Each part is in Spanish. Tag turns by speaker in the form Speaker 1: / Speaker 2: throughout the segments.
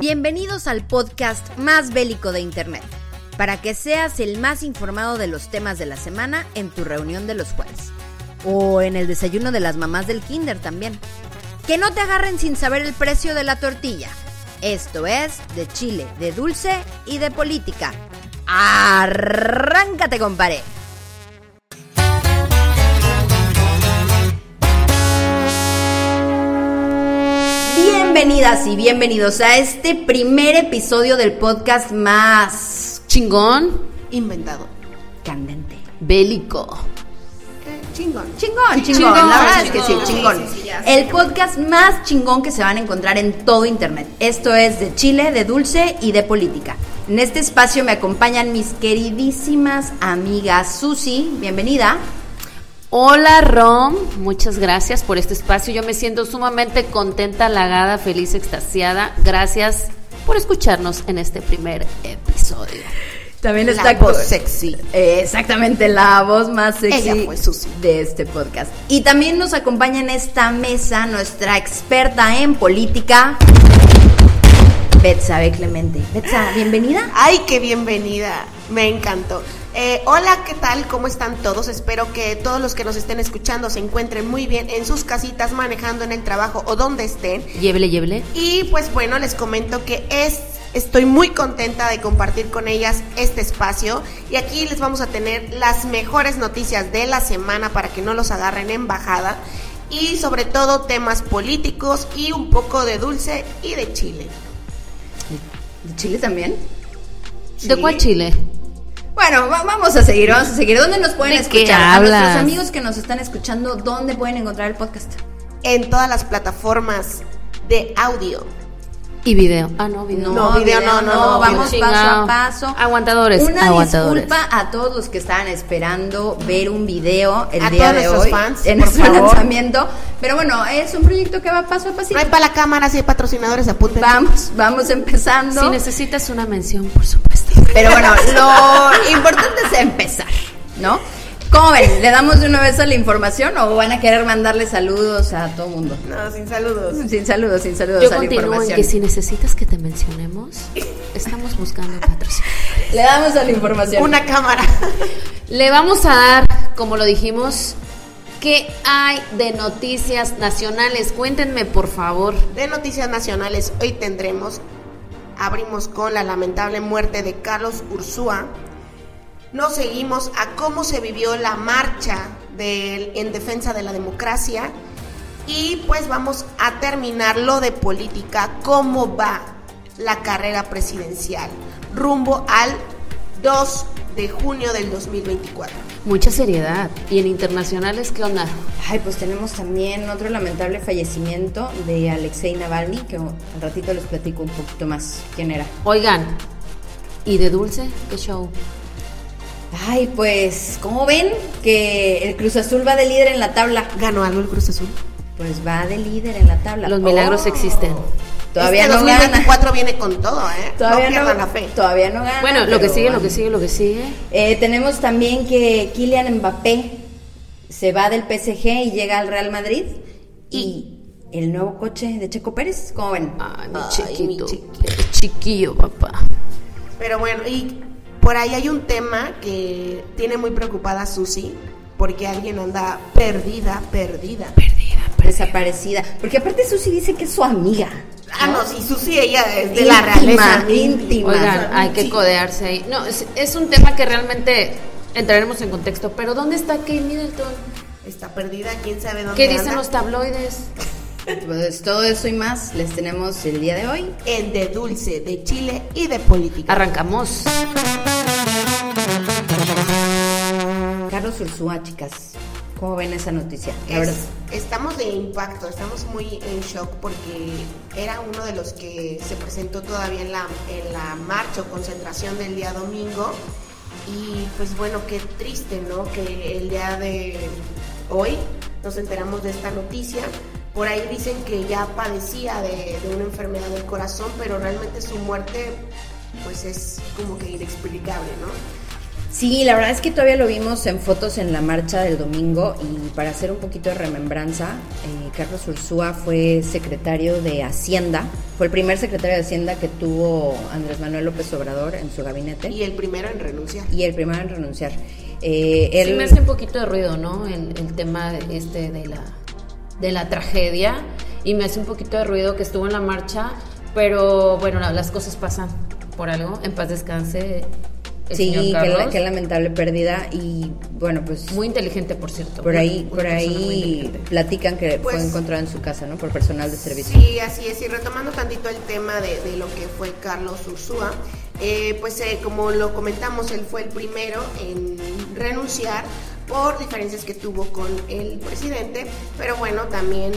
Speaker 1: Bienvenidos al podcast más bélico de Internet, para que seas el más informado de los temas de la semana en tu reunión de los jueves, o en el desayuno de las mamás del kinder también. Que no te agarren sin saber el precio de la tortilla. Esto es de chile, de dulce y de política. ¡Arráncate, compadre! Bienvenidas y bienvenidos a este primer episodio del podcast más
Speaker 2: Chingón, inventado,
Speaker 1: candente.
Speaker 2: bélico.
Speaker 1: Chingón, chingón,
Speaker 2: Chingón,
Speaker 1: la verdad es que
Speaker 2: chingón.
Speaker 1: sí, chingón.
Speaker 2: Sí, sí, sí, ya
Speaker 1: el podcast más chingón que se van a encontrar en todo internet. Esto es de Chile, de Dulce y de Política. En este espacio me acompañan mis queridísimas amigas Susi, bienvenida.
Speaker 2: Hola Rom, muchas gracias por este espacio. Yo me siento sumamente contenta, halagada, feliz, extasiada. Gracias por escucharnos en este primer episodio.
Speaker 1: También
Speaker 3: La
Speaker 1: está
Speaker 3: voz
Speaker 1: con-
Speaker 3: sexy.
Speaker 1: Eh, exactamente, la voz más sexy
Speaker 3: Ella fue Susi.
Speaker 1: de este podcast. Y también nos acompaña en esta mesa nuestra experta en política, Betsabe Clemente. Betsa, bienvenida.
Speaker 3: Ay, qué bienvenida. Me encantó. Eh, hola, ¿qué tal? ¿Cómo están todos? Espero que todos los que nos estén escuchando se encuentren muy bien en sus casitas, manejando en el trabajo o donde estén.
Speaker 2: Llévele, llévele.
Speaker 3: Y pues bueno, les comento que es estoy muy contenta de compartir con ellas este espacio y aquí les vamos a tener las mejores noticias de la semana para que no los agarren en bajada y sobre todo temas políticos y un poco de dulce y de chile.
Speaker 1: ¿De Chile también?
Speaker 2: ¿De cuál Chile?
Speaker 1: Bueno, va- vamos a seguir, vamos a seguir. ¿Dónde nos pueden
Speaker 2: ¿De qué
Speaker 1: escuchar? A nuestros
Speaker 2: hablas?
Speaker 1: amigos que nos están escuchando, ¿dónde pueden encontrar el podcast?
Speaker 3: en todas las plataformas de audio.
Speaker 2: Y video. Ah, no, video.
Speaker 1: No,
Speaker 3: No,
Speaker 1: video,
Speaker 3: video
Speaker 1: no,
Speaker 3: no, no, no,
Speaker 1: vamos
Speaker 2: video.
Speaker 1: paso a
Speaker 2: Chingao.
Speaker 1: paso.
Speaker 2: Aguantadores,
Speaker 1: Una
Speaker 2: aguantadores.
Speaker 1: disculpa a todos los que estaban esperando ver un video el
Speaker 3: A
Speaker 1: día
Speaker 3: todos
Speaker 1: de
Speaker 3: nuestros
Speaker 1: hoy
Speaker 3: fans,
Speaker 1: en
Speaker 3: por
Speaker 1: nuestro
Speaker 3: favor.
Speaker 1: lanzamiento, pero bueno, es un proyecto que va paso a
Speaker 3: No
Speaker 1: pasito.
Speaker 3: hay para la cámara, si hay patrocinadores, apunten.
Speaker 1: Vamos, vamos empezando.
Speaker 2: Si necesitas una mención, por supuesto.
Speaker 1: Pero bueno, lo importante es empezar, ¿no? ¿Cómo ven? ¿Le damos de una vez a la información o van a querer mandarle saludos a todo mundo?
Speaker 3: No, sin saludos.
Speaker 1: Sin saludos, sin saludos
Speaker 2: Yo
Speaker 1: a la
Speaker 2: continúo en
Speaker 1: información.
Speaker 2: que si necesitas que te mencionemos, estamos buscando patrocinio.
Speaker 1: Le damos a la información.
Speaker 3: Una cámara.
Speaker 2: Le vamos a dar, como lo dijimos, ¿qué hay de noticias nacionales? Cuéntenme, por favor.
Speaker 3: De noticias nacionales, hoy tendremos, abrimos con la lamentable muerte de Carlos Ursúa. Nos seguimos a cómo se vivió la marcha del- en defensa de la democracia. Y pues vamos a terminar lo de política, cómo va la carrera presidencial rumbo al 2 de junio del 2024.
Speaker 2: Mucha seriedad. ¿Y en internacionales qué onda?
Speaker 1: Ay, pues tenemos también otro lamentable fallecimiento de Alexei Navalny, que al ratito les platico un poquito más quién era.
Speaker 2: Oigan, ¿y de dulce? ¿Qué show?
Speaker 1: Ay, pues, ¿cómo ven que el Cruz Azul va de líder en la tabla?
Speaker 3: ¿Ganó algo el Cruz Azul?
Speaker 1: Pues va de líder en la tabla.
Speaker 2: Los milagros
Speaker 1: Oh.
Speaker 2: existen.
Speaker 1: Todavía
Speaker 3: este
Speaker 1: no gana.
Speaker 3: 2024 viene con todo, ¿eh?
Speaker 1: Todavía
Speaker 3: no pierdan la fe.
Speaker 1: Todavía no gana.
Speaker 2: Bueno, lo que
Speaker 1: pero
Speaker 2: sigue, lo
Speaker 1: bueno.
Speaker 2: que sigue, lo que sigue.
Speaker 1: Eh, tenemos también que Kylian Mbappé se va del PSG y llega al Real Madrid. Y el nuevo coche de Checo Pérez, ¿cómo ven?
Speaker 2: Ay, mi
Speaker 3: Ay,
Speaker 2: chiquito.
Speaker 3: mi chiquito.
Speaker 2: Chiquillo, papá.
Speaker 3: Pero bueno, y por ahí hay un tema que tiene muy preocupada a Susi, porque alguien anda perdida, perdida.
Speaker 1: Desaparecida. Porque aparte Susi dice que es su amiga.
Speaker 3: Ah, no, sí, Susi, ella es de
Speaker 1: Íntima,
Speaker 3: la realeza.
Speaker 1: íntima.
Speaker 2: Oigan, hay que
Speaker 3: Sí.
Speaker 2: codearse ahí. No, es, es un tema que realmente entraremos en contexto. Pero ¿dónde está Kate Middleton?
Speaker 3: Está perdida, quién sabe dónde
Speaker 2: ¿Qué dicen
Speaker 3: anda?
Speaker 2: los tabloides?
Speaker 1: Pues todo eso y más les tenemos el día de hoy.
Speaker 3: En de dulce, de Chile y de política.
Speaker 2: Arrancamos.
Speaker 1: Carlos Ursúa, chicas. ¿Cómo ven esa noticia? La
Speaker 3: Es-
Speaker 1: verdad.
Speaker 3: estamos de impacto, estamos muy en shock porque era uno de los que se presentó todavía en la, en la marcha o concentración del día domingo. Y pues bueno, qué triste, ¿no? Que el día de hoy nos enteramos de esta noticia. Por ahí dicen que ya padecía de, de una enfermedad del corazón, pero realmente su muerte pues es como que inexplicable, ¿no?
Speaker 1: Sí, la verdad es que todavía lo vimos en fotos en la marcha del domingo y para hacer un poquito de remembranza, eh, Carlos Ursúa fue secretario de Hacienda, fue el primer secretario de Hacienda que tuvo Andrés Manuel López Obrador en su gabinete
Speaker 3: Y el primero en renunciar.
Speaker 1: y el primero en renunciar. Eh, él-
Speaker 2: Sí me hace un poquito de ruido, ¿no? El, el tema de- este de la, de la tragedia. Y me hace un poquito de ruido que estuvo en la marcha. Pero bueno, la- las cosas pasan por algo. En paz descanse. El
Speaker 1: sí,
Speaker 2: señor
Speaker 1: qué,
Speaker 2: Carlos.
Speaker 1: la- qué lamentable pérdida y bueno, pues
Speaker 2: Muy inteligente, por cierto.
Speaker 1: por
Speaker 2: Una-
Speaker 1: ahí,
Speaker 2: una
Speaker 1: por
Speaker 2: persona muy
Speaker 1: ahí
Speaker 2: inteligente.
Speaker 1: platican que
Speaker 3: Pues-
Speaker 1: fue encontrado en su casa, ¿no? Por personal de servicio.
Speaker 3: Sí, así es. Y retomando tantito el tema de, de lo que fue Carlos Ursúa, eh, pues eh, como lo comentamos, él fue el primero en renunciar por diferencias que tuvo con el presidente, pero bueno, también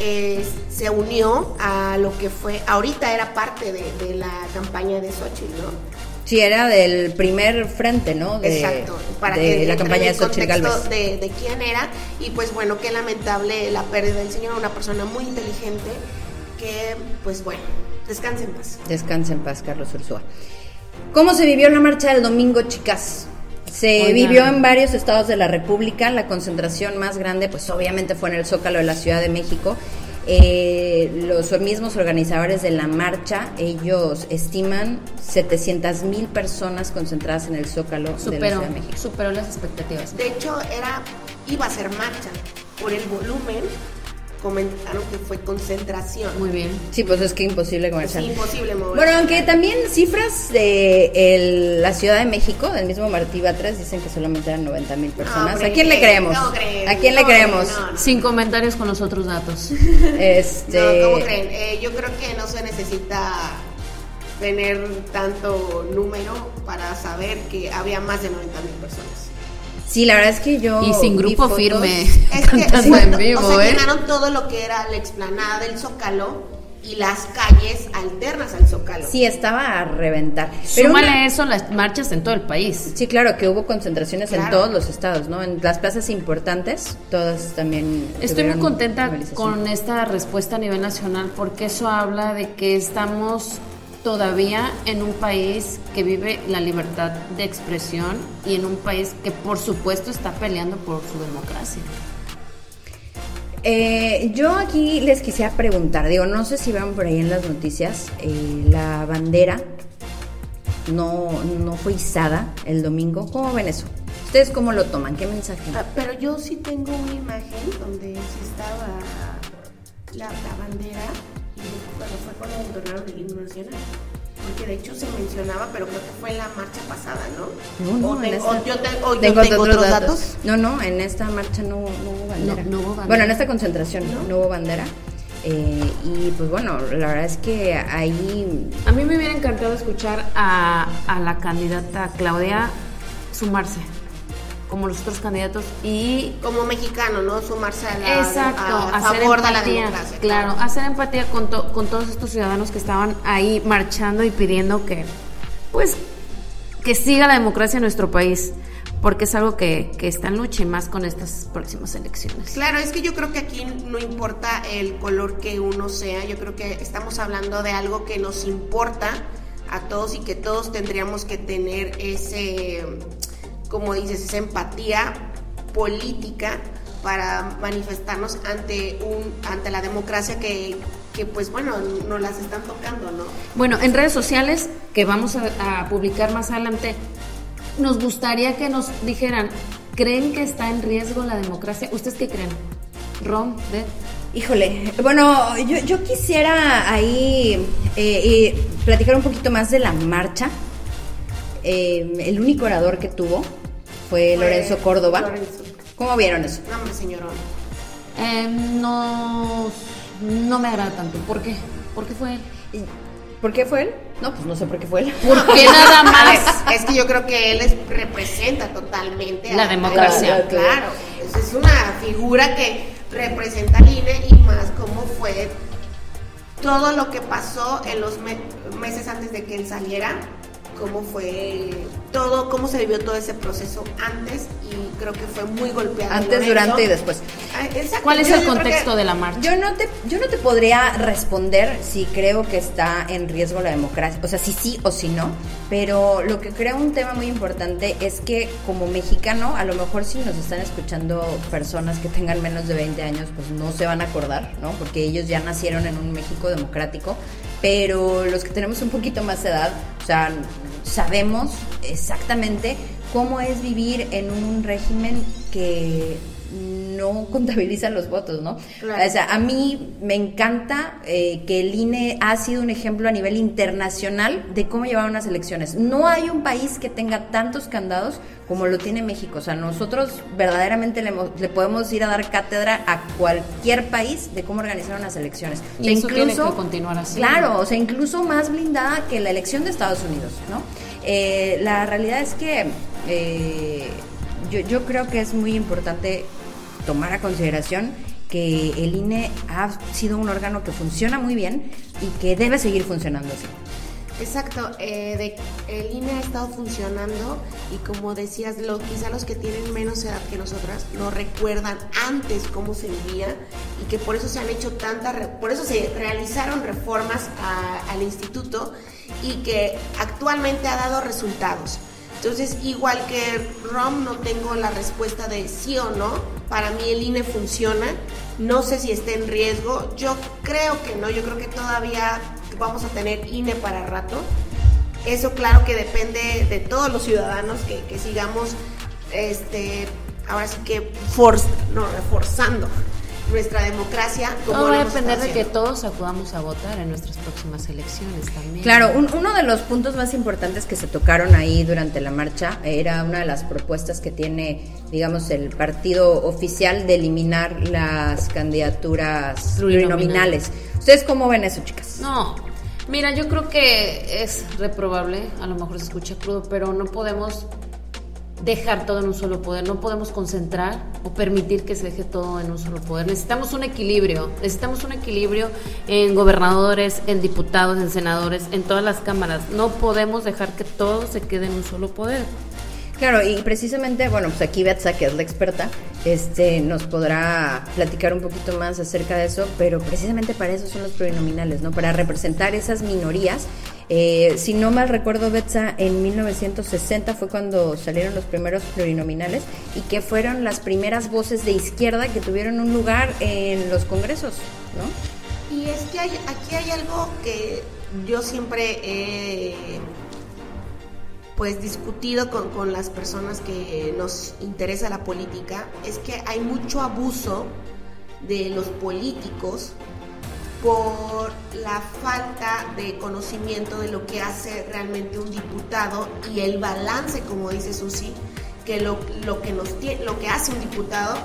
Speaker 3: eh, se unió a lo que fue, ahorita era parte de, de la campaña de Xochitl, ¿no?
Speaker 1: Sí, era del primer frente, ¿no? De,
Speaker 3: Exacto, para
Speaker 1: Eh, de
Speaker 3: que
Speaker 1: la
Speaker 3: entre
Speaker 1: campaña de
Speaker 3: en
Speaker 1: Xochitl
Speaker 3: contexto
Speaker 1: Gálvez.
Speaker 3: De, de quién era y pues bueno, qué lamentable la pérdida del señor, una persona muy inteligente que pues bueno, descanse en paz.
Speaker 1: Descansa en paz, Carlos Ursúa. ¿Cómo se vivió la marcha del domingo, chicas? Se
Speaker 2: Oigan.
Speaker 1: vivió en varios estados de la República. La concentración más grande, pues obviamente fue en el Zócalo de la Ciudad de México. Eh, los mismos organizadores de la marcha, ellos estiman 700 mil personas concentradas en el Zócalo de la
Speaker 2: Superó,
Speaker 1: Ciudad de México.
Speaker 2: superó las expectativas.
Speaker 3: De hecho, era iba a ser marcha por el volumen, comentaron que fue concentración.
Speaker 2: Muy bien.
Speaker 1: Sí, pues es que imposible
Speaker 3: es
Speaker 1: comercial.
Speaker 3: imposible mover.
Speaker 1: Bueno, aunque también cifras de el- la Ciudad de México, del mismo Martí Batres, dicen que solamente eran 90 mil personas. ¿A
Speaker 3: hombre,
Speaker 1: quién le creemos?
Speaker 3: no creen,
Speaker 1: ¿A quién le
Speaker 3: no,
Speaker 1: creemos?
Speaker 3: no, no.
Speaker 2: Sin comentarios con los otros datos.
Speaker 1: Este,
Speaker 3: No, ¿cómo creen? Eh, yo creo que no se necesita tener tanto número para saber que había más de 90 mil personas.
Speaker 1: Sí, la verdad es que yo.
Speaker 2: Y sin
Speaker 1: vi
Speaker 2: grupo
Speaker 1: fotos-
Speaker 2: firme.
Speaker 3: Es que
Speaker 2: cantando
Speaker 3: bueno,
Speaker 2: en vivo,
Speaker 3: o sea,
Speaker 2: ¿eh?
Speaker 3: llenaron todo lo que era la explanada del Zócalo y las calles alternas al Zócalo.
Speaker 1: Sí, estaba a reventar. Pero
Speaker 2: Súmale
Speaker 1: una-
Speaker 2: eso las marchas en todo el país.
Speaker 1: Sí, claro, que hubo concentraciones en
Speaker 3: Claro.
Speaker 1: todos los estados, ¿no? En las plazas importantes, todas también.
Speaker 2: Estoy muy
Speaker 1: tuvieron
Speaker 2: contenta
Speaker 1: movilización.
Speaker 2: con esta respuesta a nivel nacional porque eso habla de que estamos todavía en un país que vive la libertad de expresión y en un país que por supuesto está peleando por su democracia.
Speaker 1: Eh, yo aquí les quisiera preguntar, digo, no sé si van por ahí en las noticias, eh, la bandera no, no fue izada el domingo. ¿Cómo ven eso? ¿Ustedes cómo lo toman? ¿Qué mensaje?
Speaker 3: Ah, Pero yo sí tengo una imagen donde sí estaba la, la bandera y bueno, fue cuando entonaron el himno nacional. Porque de hecho se mencionaba, pero creo que fue en la marcha pasada, ¿no?
Speaker 1: No, no,
Speaker 3: o te-
Speaker 1: en esta-
Speaker 3: o yo, te- o yo tengo, otros, datos.
Speaker 1: No, no, en esta marcha no, no hubo bandera.
Speaker 2: No, no hubo bandera.
Speaker 1: Bueno, en esta concentración no,
Speaker 3: No.
Speaker 1: hubo bandera. Eh, y pues bueno, la verdad es que ahí
Speaker 2: A mí me hubiera encantado escuchar a, a la candidata Claudia sumarse, como los otros candidatos, y
Speaker 3: Como mexicano, ¿no? Sumarse a, la,
Speaker 2: Exacto,
Speaker 3: a,
Speaker 2: hacer
Speaker 3: favor de la
Speaker 2: empatía,
Speaker 3: democracia.
Speaker 2: Claro, hacer empatía con, to- con todos estos ciudadanos que estaban ahí marchando y pidiendo que, pues, que siga la democracia en nuestro país, porque es algo que, que está en lucha y más con estas próximas elecciones.
Speaker 3: Claro, es que yo creo que aquí no importa el color que uno sea, yo creo que estamos hablando de algo que nos importa a todos y que todos tendríamos que tener ese, como dices, esa empatía política para manifestarnos ante un ante la democracia que, que pues bueno, nos las están tocando, ¿no?
Speaker 2: Bueno, en redes sociales, que vamos a, a publicar más adelante, nos gustaría que nos dijeran, ¿creen que está en riesgo la democracia? ¿Ustedes qué creen? Rom, de
Speaker 1: Híjole, bueno, yo, yo quisiera ahí eh, eh, platicar un poquito más de la marcha. Eh, el único orador que tuvo fue
Speaker 3: Fue
Speaker 1: Lorenzo Córdoba.
Speaker 3: Lorenzo.
Speaker 1: ¿Cómo vieron eso?
Speaker 3: No, hombre, señorón.
Speaker 2: Eh, no, no me agrada tanto. ¿Por qué? ¿Por qué fue él?
Speaker 1: ¿Y ¿Por qué fue él? No, pues no sé por qué fue él.
Speaker 2: ¿Por qué nada
Speaker 3: A ver,
Speaker 2: más?
Speaker 3: Pues, es que yo creo que él es- representa totalmente a
Speaker 2: La democracia.
Speaker 3: Claro, claro. Pues Es una figura que representa al INE y más cómo fue todo lo que pasó en los me- meses antes de que él saliera, cómo fue todo, cómo se vivió todo ese proceso antes y creo que fue muy golpeado.
Speaker 1: Antes, durante y después.
Speaker 3: Ah, exacto.
Speaker 2: ¿Cuál es
Speaker 3: Yo-
Speaker 2: el
Speaker 3: yo creo
Speaker 2: contexto
Speaker 3: que-
Speaker 2: de la marcha?
Speaker 1: Yo no te, yo no te podría responder si creo que está en riesgo la democracia, o sea, si sí o si no, pero lo que creo un tema muy importante es que como mexicano, a lo mejor si nos están escuchando personas que tengan menos de 20 años, pues no se van a acordar, ¿no? Porque ellos ya nacieron en un México democrático, pero los que tenemos un poquito más de edad, o sea, sabemos exactamente cómo es vivir en un régimen que no contabiliza los votos, ¿no?
Speaker 3: Claro.
Speaker 1: O sea, a mí me encanta eh, que el INE ha sido un ejemplo a nivel internacional de cómo llevar unas elecciones. No hay un país que tenga tantos candados como lo tiene México. O sea, nosotros verdaderamente le, hemos- le podemos ir a dar cátedra a cualquier país de cómo organizar unas elecciones.
Speaker 2: Y eso tiene que continuar así.
Speaker 1: Claro, o sea, incluso más blindada que la elección de Estados Unidos, ¿no? Eh, la realidad es que eh, yo, yo creo que es muy importante tomar a consideración que el INE ha sido un órgano que funciona muy bien y que debe seguir funcionando así.
Speaker 3: Exacto, eh, de- el INE ha estado funcionando y como decías, lo, quizá los que tienen menos edad que nosotras no recuerdan antes cómo se vivía y que por eso se han hecho tantas, re- por eso se realizaron reformas a- al instituto y que actualmente ha dado resultados. Entonces, igual que ROM, no tengo la respuesta de sí o no. Para mí el INE funciona. No sé si está en riesgo. Yo creo que no. Yo creo que todavía vamos a tener INE para rato. Eso claro que depende de todos los ciudadanos que, que sigamos, este, ahora sí que forz- no, forzando nuestra democracia. Como
Speaker 2: Todo
Speaker 3: lo
Speaker 2: va a
Speaker 3: hemos
Speaker 2: depender de
Speaker 3: estado
Speaker 2: que
Speaker 3: haciendo.
Speaker 2: todos acudamos a votar en nuestras próximas elecciones también.
Speaker 1: Claro, un- uno de los puntos más importantes que se tocaron ahí durante la marcha era una de las propuestas que tiene, digamos, el partido oficial de eliminar las candidaturas
Speaker 2: Plurinominales.
Speaker 1: plurinominales. ¿Ustedes cómo ven eso, chicas?
Speaker 2: No, mira, yo creo que es reprobable, a lo mejor se escucha crudo, pero no podemos dejar todo en un solo poder, no podemos concentrar o permitir que se deje todo en un solo poder. Necesitamos un equilibrio, necesitamos un equilibrio en gobernadores, en diputados, en senadores, en todas las cámaras. No podemos dejar que todo se quede en un solo poder.
Speaker 1: Claro, y precisamente, bueno, pues aquí Betsa, que es la experta, este, nos podrá platicar un poquito más acerca de eso, pero precisamente para eso son los plurinominales, ¿no? Para representar esas minorías. Eh, si no mal recuerdo, Betsa, en 1960 fue cuando salieron los primeros plurinominales y que fueron las primeras voces de izquierda que tuvieron un lugar en los congresos, ¿no?
Speaker 3: Y es que hay- aquí hay algo que yo siempre he pues discutido con, con las personas que nos interesa la política, es que hay mucho abuso de los políticos por la falta de conocimiento de lo que hace realmente un diputado y el balance, como dice Susi, que lo, lo que, nos, tie- lo que hace un diputado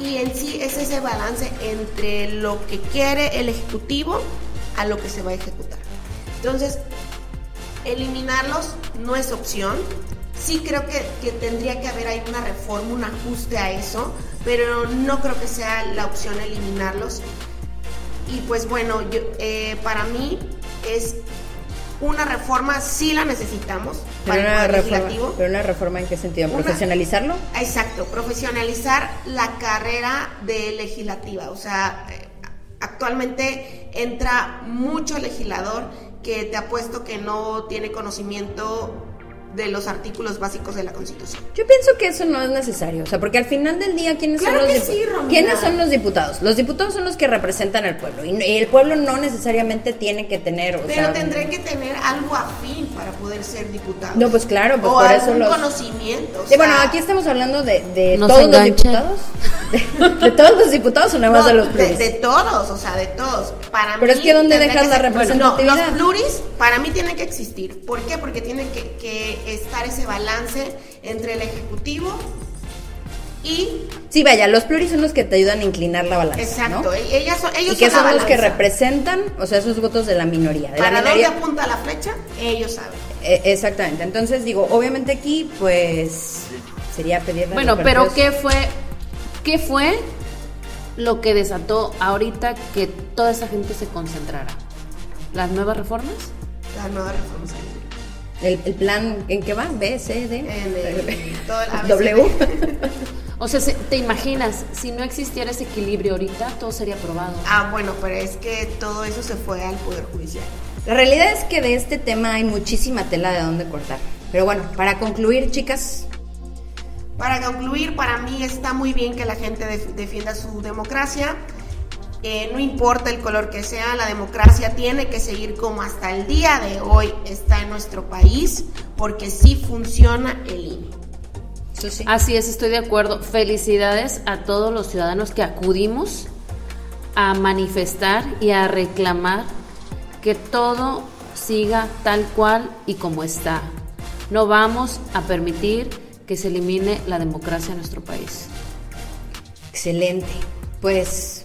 Speaker 3: y en sí es ese balance entre lo que quiere el ejecutivo a lo que se va a ejecutar. Entonces, eliminarlos no es opción. Sí creo que, que tendría que haber ahí una reforma, un ajuste a eso, pero no creo que sea la opción eliminarlos. Y pues bueno, yo- eh, para mí es una reforma, sí la necesitamos para
Speaker 1: Pero
Speaker 3: el
Speaker 1: una,
Speaker 3: Poder
Speaker 1: reforma,
Speaker 3: Legislativo.
Speaker 1: pero una reforma en qué sentido, ¿En
Speaker 3: Una-
Speaker 1: profesionalizarlo.
Speaker 3: Exacto, profesionalizar la carrera de legislativa. O sea, eh, actualmente entra mucho legislador que te apuesto que no tiene conocimiento de los artículos básicos de la Constitución.
Speaker 1: Yo pienso que eso no es necesario, o sea, porque al final del día, ¿quiénes,
Speaker 3: Claro
Speaker 1: son, los
Speaker 3: que
Speaker 1: dipu-
Speaker 3: sí, Romina.
Speaker 1: ¿quiénes son los diputados? Los diputados son los que representan al pueblo y y el pueblo no necesariamente tiene que tener... O
Speaker 3: Pero
Speaker 1: sea,
Speaker 3: tendré que tener algo afín para poder ser diputado.
Speaker 1: No, pues claro, pues
Speaker 3: o
Speaker 1: por eso
Speaker 3: algún
Speaker 1: los-
Speaker 3: conocimiento. o
Speaker 1: Sí, bueno,
Speaker 3: sea,
Speaker 1: aquí estamos hablando de, de
Speaker 2: Nos
Speaker 1: todos
Speaker 2: engancha.
Speaker 1: los diputados. De, de todos los diputados o nada más
Speaker 3: No,
Speaker 1: de los
Speaker 3: de,
Speaker 1: pluris.
Speaker 3: de todos, o sea, de todos. Para
Speaker 1: Pero
Speaker 3: mí
Speaker 1: es que ¿dónde
Speaker 3: tendría
Speaker 1: dejas la
Speaker 3: ser-
Speaker 1: representatividad?
Speaker 3: No, los pluris para mí tienen que existir. ¿Por qué? Porque tiene que, que estar ese balance entre el ejecutivo y
Speaker 1: Sí, vaya, los pluris son los que te ayudan a inclinar la balanza,
Speaker 3: exacto.
Speaker 1: ¿no?
Speaker 3: e- Ellas son, ellos
Speaker 1: Y que
Speaker 3: son
Speaker 1: son
Speaker 3: la
Speaker 1: los que
Speaker 3: balanza.
Speaker 1: representan, o sea, esos votos de la minoría. De la
Speaker 3: Para dónde
Speaker 1: minoría
Speaker 3: apunta la flecha, ellos saben.
Speaker 1: Eh, exactamente. Entonces, digo, obviamente aquí, pues, sería pedirle... a
Speaker 2: Bueno,
Speaker 1: los
Speaker 2: pero
Speaker 1: partidos-
Speaker 2: ¿qué fue, ¿qué fue lo que desató ahorita que toda esa gente se concentrara? ¿Las nuevas reformas?
Speaker 3: Las nuevas reformas. al INE.
Speaker 1: El, el plan, ¿en qué va? B, C, D.
Speaker 3: En el- todo el ABC.
Speaker 1: W.
Speaker 2: O sea, se- te imaginas, si no existiera ese equilibrio ahorita, todo sería probado.
Speaker 3: Ah, bueno, pero es que todo eso se fue al Poder Judicial.
Speaker 1: La realidad es que de este tema hay muchísima tela de dónde cortar. Pero bueno, para concluir, chicas,
Speaker 3: Para concluir, para mí está muy bien que la gente def- defienda su democracia. Eh, no importa el color que sea, la democracia tiene que seguir como hasta el día de hoy está en nuestro país, porque sí funciona el E. INE.
Speaker 1: Susi.
Speaker 3: Ah.
Speaker 2: Así es, estoy de acuerdo. Felicidades a todos los ciudadanos que acudimos a manifestar y a reclamar que todo siga tal cual y como está. No vamos a permitir que se elimine la democracia en nuestro país.
Speaker 1: Excelente. Pues,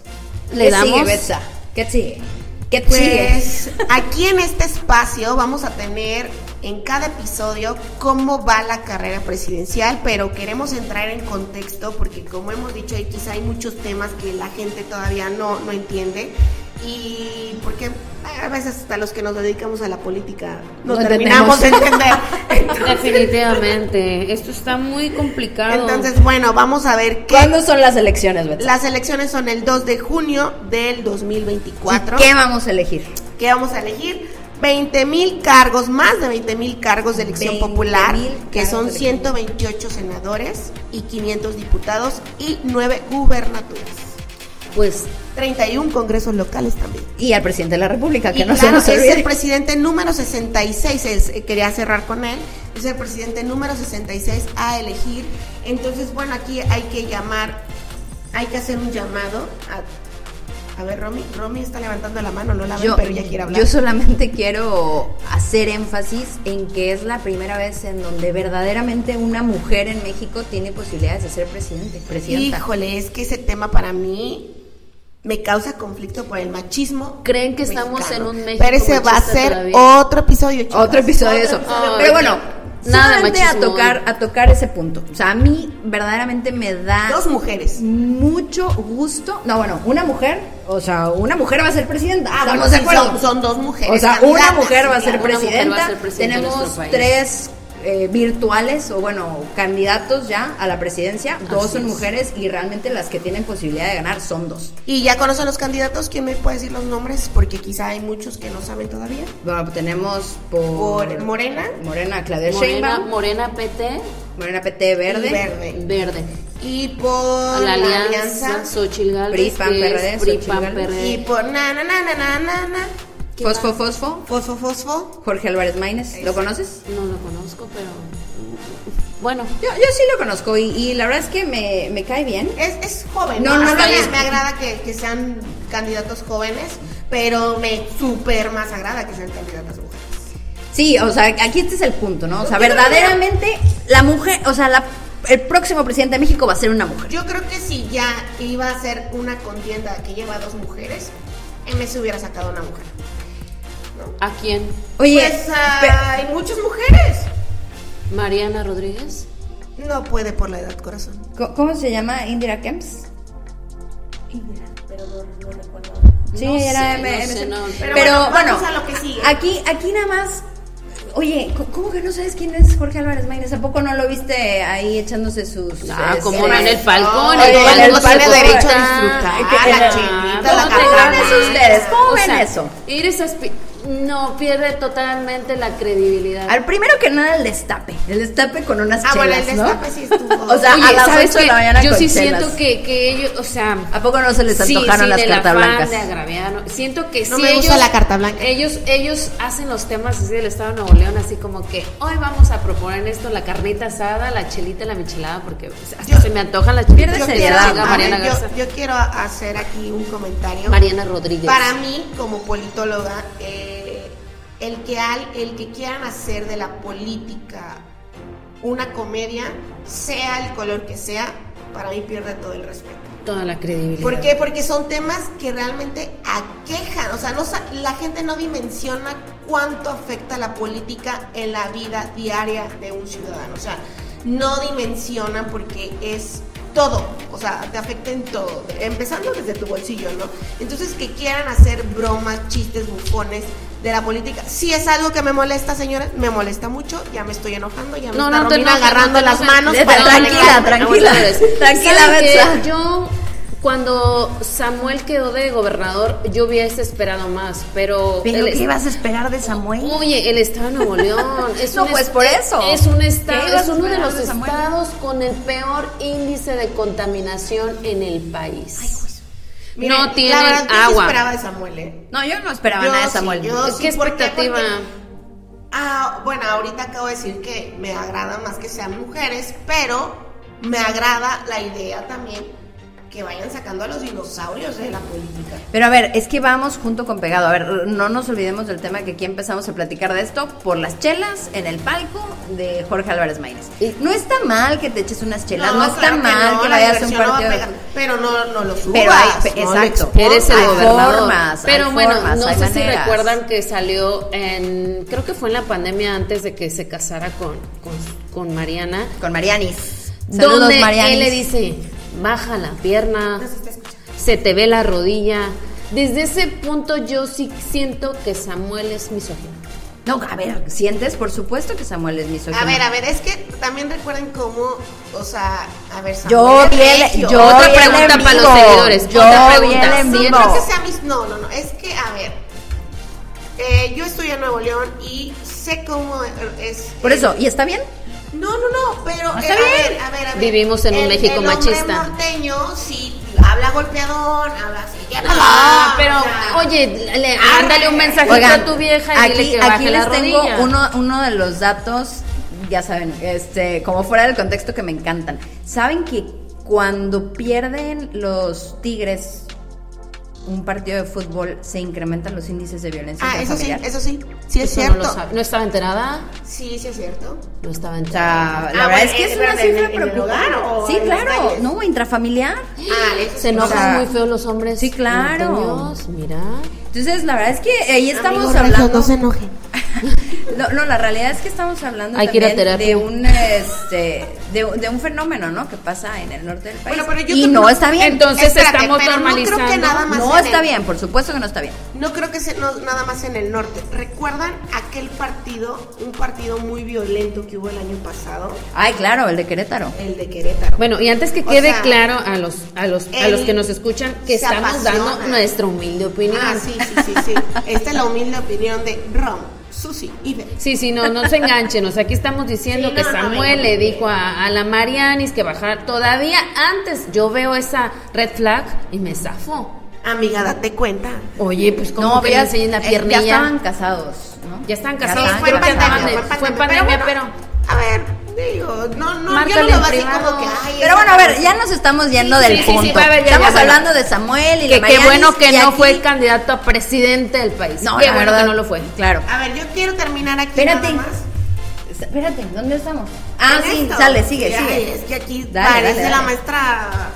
Speaker 2: ¿Le
Speaker 1: ¿qué
Speaker 2: damos?
Speaker 1: sigue, Betsa? ¿Qué sigue? ¿Qué sigue?
Speaker 3: Pues aquí en este espacio vamos a tener en cada episodio cómo va la carrera presidencial, pero queremos entrar en contexto porque como hemos dicho, ahí quizá hay muchos temas que la gente todavía no, no entiende y porque a veces hasta los que nos dedicamos a la política no,
Speaker 1: No
Speaker 3: terminamos de entender.
Speaker 2: Definitivamente, esto está muy complicado.
Speaker 3: Entonces, bueno, vamos a ver qué...
Speaker 1: ¿Cuándo son las elecciones, Betsa?
Speaker 3: Las elecciones son el 2 de junio del 2024.
Speaker 1: ¿Qué vamos a elegir?
Speaker 3: que vamos a elegir 20 mil cargos, más de 20 mil cargos de elección
Speaker 1: 20,000
Speaker 3: popular, que
Speaker 1: cargos
Speaker 3: son
Speaker 1: de elección.
Speaker 3: 128 senadores y 500 diputados y 9 gubernaturas.
Speaker 2: pues
Speaker 3: 31 congresos locales también.
Speaker 1: Y al presidente de la República, que
Speaker 3: y
Speaker 1: no se
Speaker 3: claro,
Speaker 1: nos
Speaker 3: es el
Speaker 1: olvide.
Speaker 3: presidente número 66, es- eh, quería cerrar con él, es el presidente número 66 a elegir. Entonces, bueno, aquí hay que llamar, hay que hacer un llamado a... A ver, Romy, Romy está levantando la mano, no la ven, pero ya quiere hablar.
Speaker 1: yo solamente quiero hacer énfasis en que es la primera vez en donde verdaderamente una mujer en México tiene posibilidades de ser presidente, presidenta.
Speaker 3: Híjole, es que ese tema para mí me causa conflicto por el machismo.
Speaker 2: creen que estamos
Speaker 3: mexicano.
Speaker 2: en un México.
Speaker 3: Pero ese va a
Speaker 2: machista
Speaker 3: ser
Speaker 2: todavía?
Speaker 3: otro episodio, chicas.
Speaker 1: Otro episodio de eso.
Speaker 2: episodio.
Speaker 1: Pero bueno,
Speaker 2: Nada de
Speaker 1: solamente a
Speaker 2: machismo.
Speaker 1: tocar, a tocar ese punto. O sea, a mí verdaderamente me da
Speaker 3: Dos mujeres.
Speaker 1: mucho gusto. No, bueno, una mujer, o sea, una mujer va a ser presidenta. Ah,
Speaker 3: Bueno,
Speaker 1: estamos de
Speaker 3: sí,
Speaker 1: acuerdo.
Speaker 3: Son, son dos mujeres.
Speaker 1: O sea, una
Speaker 3: candidatas,
Speaker 1: mujer va a
Speaker 3: sí,
Speaker 1: ser
Speaker 2: una mujer va a ser
Speaker 1: presidenta.
Speaker 2: presidenta de
Speaker 1: Tenemos
Speaker 2: nuestro país.
Speaker 1: tres eh, virtuales o bueno, candidatos ya a la presidencia. Dos
Speaker 2: Así
Speaker 1: son
Speaker 2: es.
Speaker 1: mujeres y realmente las que tienen posibilidad de ganar son dos.
Speaker 3: Y ya conocen los candidatos. ¿Quién me puede decir los nombres? Porque quizá hay muchos que no saben todavía.
Speaker 1: Bueno, tenemos por,
Speaker 3: Por Morena.
Speaker 1: Morena Claudia
Speaker 2: Morena,
Speaker 1: Sheinbaum,
Speaker 2: Morena PT,
Speaker 1: Morena PT Verde,
Speaker 3: Y verde.
Speaker 2: verde.
Speaker 3: Y por
Speaker 2: la alianza,
Speaker 3: Alianza.
Speaker 2: Xochitl Gálvez,
Speaker 1: PRI, PAN,
Speaker 2: que es
Speaker 1: PRD,
Speaker 2: PRI,
Speaker 1: Xochitl
Speaker 2: PAN,
Speaker 1: Gálvez.
Speaker 2: PRD.
Speaker 3: Y por na na na na na na na. ¿Qué
Speaker 1: Fosfo
Speaker 3: más?
Speaker 1: Fosfo,
Speaker 3: Fosfo Fosfo.
Speaker 1: Jorge Álvarez Maínez. ¿Lo conoces?
Speaker 2: No lo conozco, pero bueno,
Speaker 1: Yo, yo sí lo conozco y, y la verdad es que me, me cae bien.
Speaker 3: Es, es joven.
Speaker 1: No, no,
Speaker 3: Hasta
Speaker 1: no,
Speaker 3: me,
Speaker 1: es-
Speaker 3: me agrada que, que sean candidatos jóvenes, pero me súper más agrada que sean candidatas mujeres.
Speaker 1: Sí, o sea, aquí este es el punto, ¿no? O sea, verdaderamente la mujer, o sea, la- el próximo presidente de México va a ser una mujer.
Speaker 3: Yo creo que si ya iba a ser una contienda que lleva a dos mujeres, MS hubiera sacado una mujer.
Speaker 2: ¿a quién?
Speaker 1: Oye,
Speaker 3: pues ah,
Speaker 1: pe-
Speaker 3: hay muchas mujeres.
Speaker 2: Mariana Rodríguez.
Speaker 3: No puede por la edad, corazón.
Speaker 1: co- ¿cómo se llama? Indira Kemps. Sí,
Speaker 2: No
Speaker 1: era
Speaker 2: sé,
Speaker 1: M-
Speaker 2: no
Speaker 1: M-
Speaker 2: sé, no.
Speaker 1: Pero,
Speaker 3: Pero bueno,
Speaker 1: bueno,
Speaker 3: vamos a lo que sigue.
Speaker 1: aquí, aquí nada más. Oye, co- ¿cómo que no sabes quién es Jorge Álvarez Maínez? ¿A poco no lo viste ahí echándose sus.
Speaker 2: Ah,
Speaker 1: eh,
Speaker 2: como
Speaker 1: sus-
Speaker 2: no en el palcón,
Speaker 1: Oye, en el
Speaker 2: no se
Speaker 1: palco
Speaker 3: tiene
Speaker 2: puede.
Speaker 3: derecho a
Speaker 2: Ah,
Speaker 3: disfrutar.
Speaker 1: que-
Speaker 3: la
Speaker 1: ah,
Speaker 3: chinita, la
Speaker 1: ¿cómo ven
Speaker 3: catarata.
Speaker 1: eso ustedes? ¿Cómo ven eso?
Speaker 2: Iris Aspi- no, pierde totalmente la credibilidad.
Speaker 1: Al primero que nada, el destape. El destape con unas
Speaker 3: Ah,
Speaker 1: chelas,
Speaker 3: bueno, el destape
Speaker 1: ¿no?
Speaker 3: sí estuvo.
Speaker 1: O sea,
Speaker 2: Oye,
Speaker 1: a las
Speaker 2: ¿sabes
Speaker 1: 8 de la
Speaker 2: qué?
Speaker 1: mañana
Speaker 2: Yo
Speaker 1: con
Speaker 2: sí
Speaker 1: chelas.
Speaker 2: siento que, que ellos, o sea,
Speaker 1: ¿A poco no se les
Speaker 2: Sí,
Speaker 1: antojaron
Speaker 2: sí,
Speaker 1: las
Speaker 2: del
Speaker 1: cartas
Speaker 2: afán
Speaker 1: blancas?
Speaker 2: de agraviar, ¿no? Siento que
Speaker 3: No
Speaker 2: sí,
Speaker 3: me gusta
Speaker 2: ellos-
Speaker 3: la carta blanca.
Speaker 2: Ellos, ellos hacen los temas así del Estado de Nuevo León, así como que hoy vamos a proponer esto, la carnita asada, la chelita, la michelada, porque o sea, hasta
Speaker 3: Yo-
Speaker 2: se me antojan las chelitas.
Speaker 1: Pierde
Speaker 3: Yo
Speaker 2: que
Speaker 1: seriedad,
Speaker 2: se
Speaker 3: quiero-
Speaker 2: haga
Speaker 3: a
Speaker 2: Mariana
Speaker 3: ver, yo-
Speaker 2: Garza.
Speaker 3: yo quiero hacer aquí un comentario.
Speaker 2: Mariana Rodríguez.
Speaker 3: Para mí, como politóloga, eh, el, que al- el que quieran hacer de la política una comedia, sea el color que sea, para mí pierde todo el respeto.
Speaker 2: Toda la credibilidad.
Speaker 3: ¿Por qué? Porque son temas que realmente aquejan, o sea, no, sa- la gente no dimensiona cuánto afecta la política en la vida diaria de un ciudadano, o sea, no dimensionan porque es todo, o sea, te afecta en todo, empezando desde tu bolsillo, ¿no? Entonces, que quieran hacer bromas, chistes, bufones de la política, si es algo que me molesta, señora, me molesta mucho, ya me estoy enojando, ya me
Speaker 2: No,
Speaker 3: está
Speaker 2: no te
Speaker 3: Romina
Speaker 2: enojes,
Speaker 3: agarrando
Speaker 2: no te
Speaker 3: las
Speaker 2: enojes.
Speaker 3: manos.
Speaker 2: No,
Speaker 3: para
Speaker 4: tranquila,
Speaker 3: manejar.
Speaker 4: tranquila, tranquila,
Speaker 2: ¿Saben qué?
Speaker 4: Betsa.
Speaker 2: Yo, cuando Samuel quedó de gobernador, yo hubiese esperado más, pero...
Speaker 1: Pero
Speaker 2: él es-
Speaker 1: ¿qué vas a esperar de Samuel?
Speaker 2: Oye, el estado de Nuevo León es
Speaker 4: No,
Speaker 2: un
Speaker 4: pues,
Speaker 2: est-
Speaker 4: por eso.
Speaker 2: es un
Speaker 1: ¿Qué
Speaker 2: estado,
Speaker 1: ibas
Speaker 2: es
Speaker 1: a
Speaker 2: uno de
Speaker 1: esperar
Speaker 2: los
Speaker 1: de Samuel?
Speaker 2: estados con el peor índice de contaminación en el país.
Speaker 3: Miren,
Speaker 2: no
Speaker 3: la
Speaker 2: tienen
Speaker 3: verdad, yo sí
Speaker 2: agua.
Speaker 3: esperaba de Samuel, ¿eh?
Speaker 1: No, yo no esperaba
Speaker 3: Yo
Speaker 1: nada de
Speaker 3: sí,
Speaker 1: Samuel.
Speaker 3: yo-
Speaker 2: es que
Speaker 3: sí, ¿por qué?
Speaker 2: expectativa.
Speaker 3: Porque- Ah, bueno, ahorita acabo de decir que me agrada más que sean mujeres, pero me agrada la idea también que vayan sacando a los dinosaurios de la política.
Speaker 1: Pero a ver, es que vamos junto con pegado. A ver, no nos olvidemos del tema que aquí empezamos a platicar de esto por las chelas en el palco de Jorge Álvarez Maínez. No está mal que te eches unas chelas, no, está
Speaker 3: claro que
Speaker 1: mal
Speaker 3: no,
Speaker 1: que
Speaker 3: la
Speaker 1: vayas a un
Speaker 3: diversión no va a
Speaker 1: partido. de-
Speaker 3: pegar, pero no, no lo subas.
Speaker 1: Pero hay-
Speaker 3: no lo
Speaker 1: exacto.
Speaker 3: expongas.
Speaker 2: Eres el
Speaker 1: Hay
Speaker 2: gobernador.
Speaker 1: formas, hay
Speaker 2: Pero bueno,
Speaker 1: formas,
Speaker 2: no
Speaker 1: hay
Speaker 2: sé si
Speaker 1: maneras.
Speaker 2: recuerdan que salió en. Creo que fue en la pandemia antes de que se casara con, con, con Mariana.
Speaker 1: Con Marianis. Saludos,
Speaker 2: Donde
Speaker 1: Marianis.
Speaker 2: él le dice: baja la pierna,
Speaker 3: No se está escuchando.
Speaker 2: se te ve la rodilla. Desde ese punto yo sí siento que Samuel es misógino.
Speaker 1: No, a ver, sientes, por supuesto que Samuel es misógino.
Speaker 3: A ver, a ver, es que también recuerden cómo, o sea, a ver, Samuel
Speaker 1: Yo vi el-
Speaker 3: Regio.
Speaker 1: yo
Speaker 2: Otra
Speaker 1: vi el
Speaker 2: pregunta
Speaker 1: en
Speaker 2: para los
Speaker 1: vivo.
Speaker 2: seguidores,
Speaker 1: Yo
Speaker 2: otra
Speaker 1: vi
Speaker 2: pregunta,
Speaker 1: el en
Speaker 2: sí,
Speaker 1: vivo.
Speaker 3: No creo que sea mis. No, no, no. Es que, a ver. eh, yo estoy en Nuevo León y sé cómo es.
Speaker 1: Por eso, ¿y está bien?
Speaker 3: No, no, no, pero.
Speaker 1: Está
Speaker 3: eh, a
Speaker 1: bien.
Speaker 3: ver, a ver, a ver.
Speaker 2: Vivimos en un
Speaker 3: El-
Speaker 2: México
Speaker 3: el hombre
Speaker 2: machista.
Speaker 3: norteño, sí, habla golpeadón, habla así. Ya no,
Speaker 2: Ah, pero,
Speaker 3: o sea,
Speaker 2: oye, le-
Speaker 3: Ah,
Speaker 2: ándale un mensajito
Speaker 1: Oigan,
Speaker 2: a tu vieja y dile
Speaker 1: aquí,
Speaker 2: que
Speaker 1: aquí
Speaker 2: baje la
Speaker 1: les tengo
Speaker 2: rodilla.
Speaker 1: uno, uno de los datos, ya saben, este, como fuera del contexto que me encantan. ¿Saben que cuando pierden los Tigres un partido de fútbol se incrementan los índices de violencia
Speaker 3: Ah, eso sí,
Speaker 1: intrafamiliar?
Speaker 3: eso sí. Sí, es
Speaker 2: Eso
Speaker 3: cierto.
Speaker 2: No, lo sabe. no estaba enterada.
Speaker 3: sí, sí, es cierto.
Speaker 2: No estaba
Speaker 1: O
Speaker 2: enterada.
Speaker 1: sea, la
Speaker 3: Ah,
Speaker 1: verdad
Speaker 3: bueno,
Speaker 1: es que
Speaker 3: eh,
Speaker 1: es una
Speaker 3: espérate, ¿en-
Speaker 1: cifra
Speaker 3: en el hogar
Speaker 1: preocupante.
Speaker 3: o
Speaker 1: Sí,
Speaker 3: en las
Speaker 1: claro,
Speaker 3: calles?
Speaker 1: no, intrafamiliar.
Speaker 3: Ah, eso
Speaker 2: Se
Speaker 3: sí.
Speaker 2: enojan
Speaker 1: O sea,
Speaker 2: muy feo los hombres.
Speaker 1: sí, claro.
Speaker 2: norteños, Mira.
Speaker 1: Entonces, la verdad es que ahí estamos
Speaker 3: Amigos,
Speaker 1: hablando.
Speaker 3: No se enojen.
Speaker 1: No, no, la realidad es que estamos hablando
Speaker 2: Hay que ir a
Speaker 1: también
Speaker 2: terapia.
Speaker 1: de un este de, de un fenómeno, ¿no? Que pasa en el norte del país.
Speaker 3: Bueno, pero yo
Speaker 1: y
Speaker 3: creo-
Speaker 1: no está bien.
Speaker 2: Entonces
Speaker 3: Espérate,
Speaker 2: estamos
Speaker 3: pero no creo que
Speaker 2: normalizando.
Speaker 3: nada más
Speaker 1: no
Speaker 3: en
Speaker 1: está
Speaker 3: el-
Speaker 1: bien, por supuesto que no está bien.
Speaker 3: No creo que sea no- nada más en el norte. ¿Recuerdan aquel partido, un partido muy violento que hubo el año pasado?
Speaker 1: Ay, claro, el de Querétaro.
Speaker 3: El de Querétaro.
Speaker 2: Bueno, y antes que
Speaker 3: O
Speaker 2: quede
Speaker 3: sea,
Speaker 2: claro a los a los a
Speaker 3: él
Speaker 2: los que nos escuchan que
Speaker 3: se
Speaker 2: estamos dando
Speaker 3: apasiona.
Speaker 2: nuestra humilde opinión.
Speaker 3: Ah, sí, sí, sí, sí. Esta es la humilde opinión de Rom, Susi y Beth.
Speaker 2: Sí, sí, no, no se enganchen. O sea, aquí estamos diciendo
Speaker 3: Sí,
Speaker 2: que
Speaker 3: no, no,
Speaker 2: Samuel
Speaker 3: no, no.
Speaker 2: le dijo a, a la Marianis que bajar. Todavía antes yo veo esa red flag y me zafó.
Speaker 3: Amiga, date cuenta.
Speaker 2: Oye, pues como
Speaker 1: no,
Speaker 2: que
Speaker 1: pero
Speaker 2: le
Speaker 1: ya-
Speaker 2: enseñen la
Speaker 1: eh, ya
Speaker 2: piernilla.
Speaker 1: estaban casados, ¿no?
Speaker 2: Ya estaban casados,
Speaker 1: estaban
Speaker 2: fue creo que
Speaker 1: casados.
Speaker 2: andaban de- fue en pandemia,
Speaker 3: A ver, digo, no, no,
Speaker 2: Márcale
Speaker 3: yo no lo
Speaker 2: en
Speaker 3: veo así
Speaker 2: privado.
Speaker 3: como que... Ay,
Speaker 1: Pero bueno, a ver, ya nos estamos yendo
Speaker 2: Sí,
Speaker 1: del
Speaker 2: sí, sí,
Speaker 1: punto.
Speaker 2: va, a ver, ya,
Speaker 1: estamos
Speaker 2: ya, bueno.
Speaker 1: hablando de Samuel y
Speaker 2: Que
Speaker 1: la
Speaker 2: qué
Speaker 1: Marianis,
Speaker 2: bueno que
Speaker 1: y
Speaker 2: no
Speaker 1: aquí-
Speaker 2: fue candidato a presidente del país.
Speaker 1: No,
Speaker 2: qué
Speaker 1: la
Speaker 2: bueno
Speaker 1: verdad,
Speaker 2: que no lo fue.
Speaker 1: Claro.
Speaker 3: A ver, yo quiero terminar aquí
Speaker 1: Espérate.
Speaker 3: nada más.
Speaker 1: Espérate, ¿dónde estamos? Ah,
Speaker 3: Con
Speaker 1: sí,
Speaker 3: esto.
Speaker 1: sale, sigue,
Speaker 3: Ay,
Speaker 1: sigue.
Speaker 3: Es que aquí
Speaker 1: Dale,
Speaker 3: parece
Speaker 1: dale,
Speaker 3: la
Speaker 1: dale.
Speaker 3: maestra...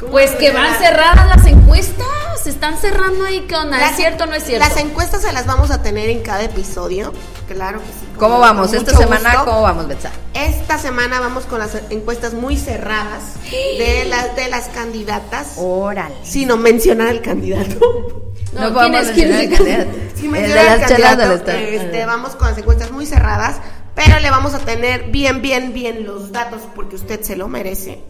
Speaker 3: ¿Cómo
Speaker 2: Pues
Speaker 3: se
Speaker 2: que
Speaker 3: llama?
Speaker 2: van cerradas las encuestas, se están cerrando ahí, ¿qué onda?
Speaker 3: Las-
Speaker 2: ¿Es cierto o no es cierto?
Speaker 3: Las encuestas se las vamos a tener en cada episodio. Claro que sí. con-
Speaker 1: ¿Cómo vamos?
Speaker 3: con
Speaker 1: Esta
Speaker 3: mucho
Speaker 1: semana,
Speaker 3: gusto.
Speaker 1: ¿cómo vamos, Betsa?
Speaker 3: Esta semana vamos con las encuestas muy cerradas de las, de las candidatas.
Speaker 1: Órale.
Speaker 3: Sin no mencionar al candidato.
Speaker 1: No, no
Speaker 2: No, ¿quién
Speaker 1: podemos
Speaker 2: es? ¿Quién
Speaker 1: mencionar el
Speaker 2: es?
Speaker 1: candidato.
Speaker 3: Sin
Speaker 1: El
Speaker 3: mencionar
Speaker 1: de
Speaker 3: al
Speaker 1: las chelas del
Speaker 3: candidato,
Speaker 1: estado.
Speaker 3: este, vamos con las encuestas muy cerradas, pero le vamos a tener bien, bien, bien los datos porque usted se lo merece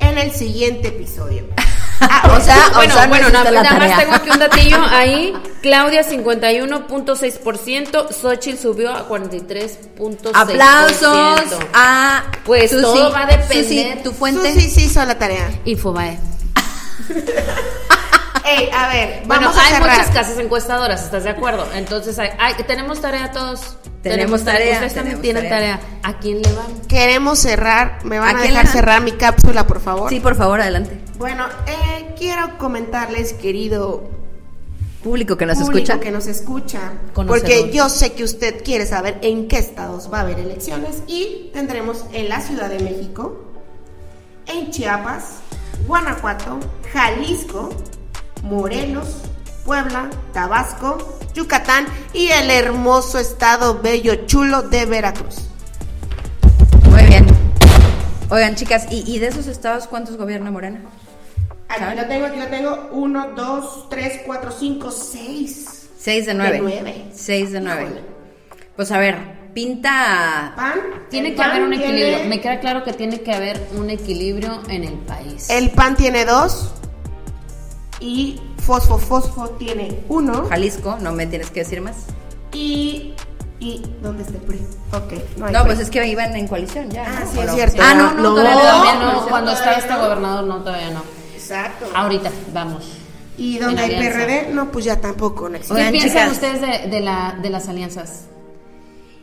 Speaker 3: en el siguiente episodio.
Speaker 1: Ah, o sea,
Speaker 2: bueno,
Speaker 1: o sea, no
Speaker 2: bueno,
Speaker 1: hiciste
Speaker 2: nada,
Speaker 1: la
Speaker 2: nada
Speaker 1: tarea.
Speaker 2: más tengo aquí un datillo ahí. Claudia 51.6%, Xochitl subió a 43.6%.
Speaker 1: Aplausos a
Speaker 2: Pues
Speaker 1: Susi.
Speaker 2: todo va a depender.
Speaker 1: Susi, tu fuente.
Speaker 3: Susi sí hizo la tarea.
Speaker 2: Infobae.
Speaker 3: Ey, a ver,
Speaker 2: Bueno,
Speaker 3: vamos a
Speaker 2: hay
Speaker 3: cerrar.
Speaker 2: muchas casas encuestadoras, ¿estás de acuerdo? Entonces, hay, hay- tenemos tarea todos.
Speaker 1: Tenemos tarea,
Speaker 2: Ustedes también
Speaker 1: tenemos
Speaker 2: tienen
Speaker 1: tarea.
Speaker 2: tarea. ¿A quién le van?
Speaker 3: Queremos cerrar, me van
Speaker 1: ¿A
Speaker 3: a,
Speaker 1: quién le
Speaker 3: dejar
Speaker 1: dan?
Speaker 3: cerrar mi cápsula, por favor.
Speaker 1: Sí, por favor, adelante.
Speaker 3: Bueno, eh, quiero comentarles, querido
Speaker 1: Público que nos
Speaker 3: público
Speaker 1: escucha.
Speaker 3: que nos escucha,
Speaker 2: Conocedor.
Speaker 3: porque yo sé que usted quiere saber en qué estados va a haber elecciones y tendremos en la Ciudad de México, en Chiapas, Guanajuato, Jalisco, Morelos, Puebla, Tabasco, Yucatán y el hermoso estado bello chulo de Veracruz.
Speaker 1: Muy bien. Oigan, chicas, ¿y, y de esos estados cuántos gobierna Morena?
Speaker 3: Aquí lo tengo, aquí lo tengo. Uno, dos, tres, cuatro, cinco, seis.
Speaker 1: Seis de nueve.
Speaker 3: De nueve.
Speaker 1: Seis de nueve.
Speaker 3: Híjole.
Speaker 1: Pues a ver, pinta.
Speaker 3: Pan.
Speaker 2: Tiene
Speaker 3: el
Speaker 2: que
Speaker 3: pan
Speaker 2: haber un equilibrio.
Speaker 3: tiene-
Speaker 2: Me queda claro que tiene que haber un equilibrio en el país.
Speaker 3: El pan tiene dos. Y fosfo, fosfo tiene uno.
Speaker 1: Jalisco, no me tienes que decir más.
Speaker 3: Y. ¿Y dónde está el PRI? Ok, no hay
Speaker 1: No,
Speaker 3: PRI.
Speaker 1: pues es que iban en coalición ya.
Speaker 3: Ah,
Speaker 1: ¿no?
Speaker 3: sí,
Speaker 1: ¿O
Speaker 3: es
Speaker 1: no?
Speaker 3: cierto.
Speaker 1: Ah, no, no,
Speaker 3: No.
Speaker 1: todavía
Speaker 2: Todavía
Speaker 1: no.
Speaker 2: no, cuando estaba
Speaker 3: Todavía
Speaker 2: este
Speaker 3: no.
Speaker 2: gobernador, no, todavía no.
Speaker 3: Exacto.
Speaker 2: Ahorita, vamos.
Speaker 3: ¿Y dónde hay
Speaker 2: en alianza.
Speaker 3: PRD? No, pues ya tampoco. No
Speaker 2: ¿Qué
Speaker 1: Oigan, chicas.
Speaker 2: piensan ustedes de, de la, de las alianzas?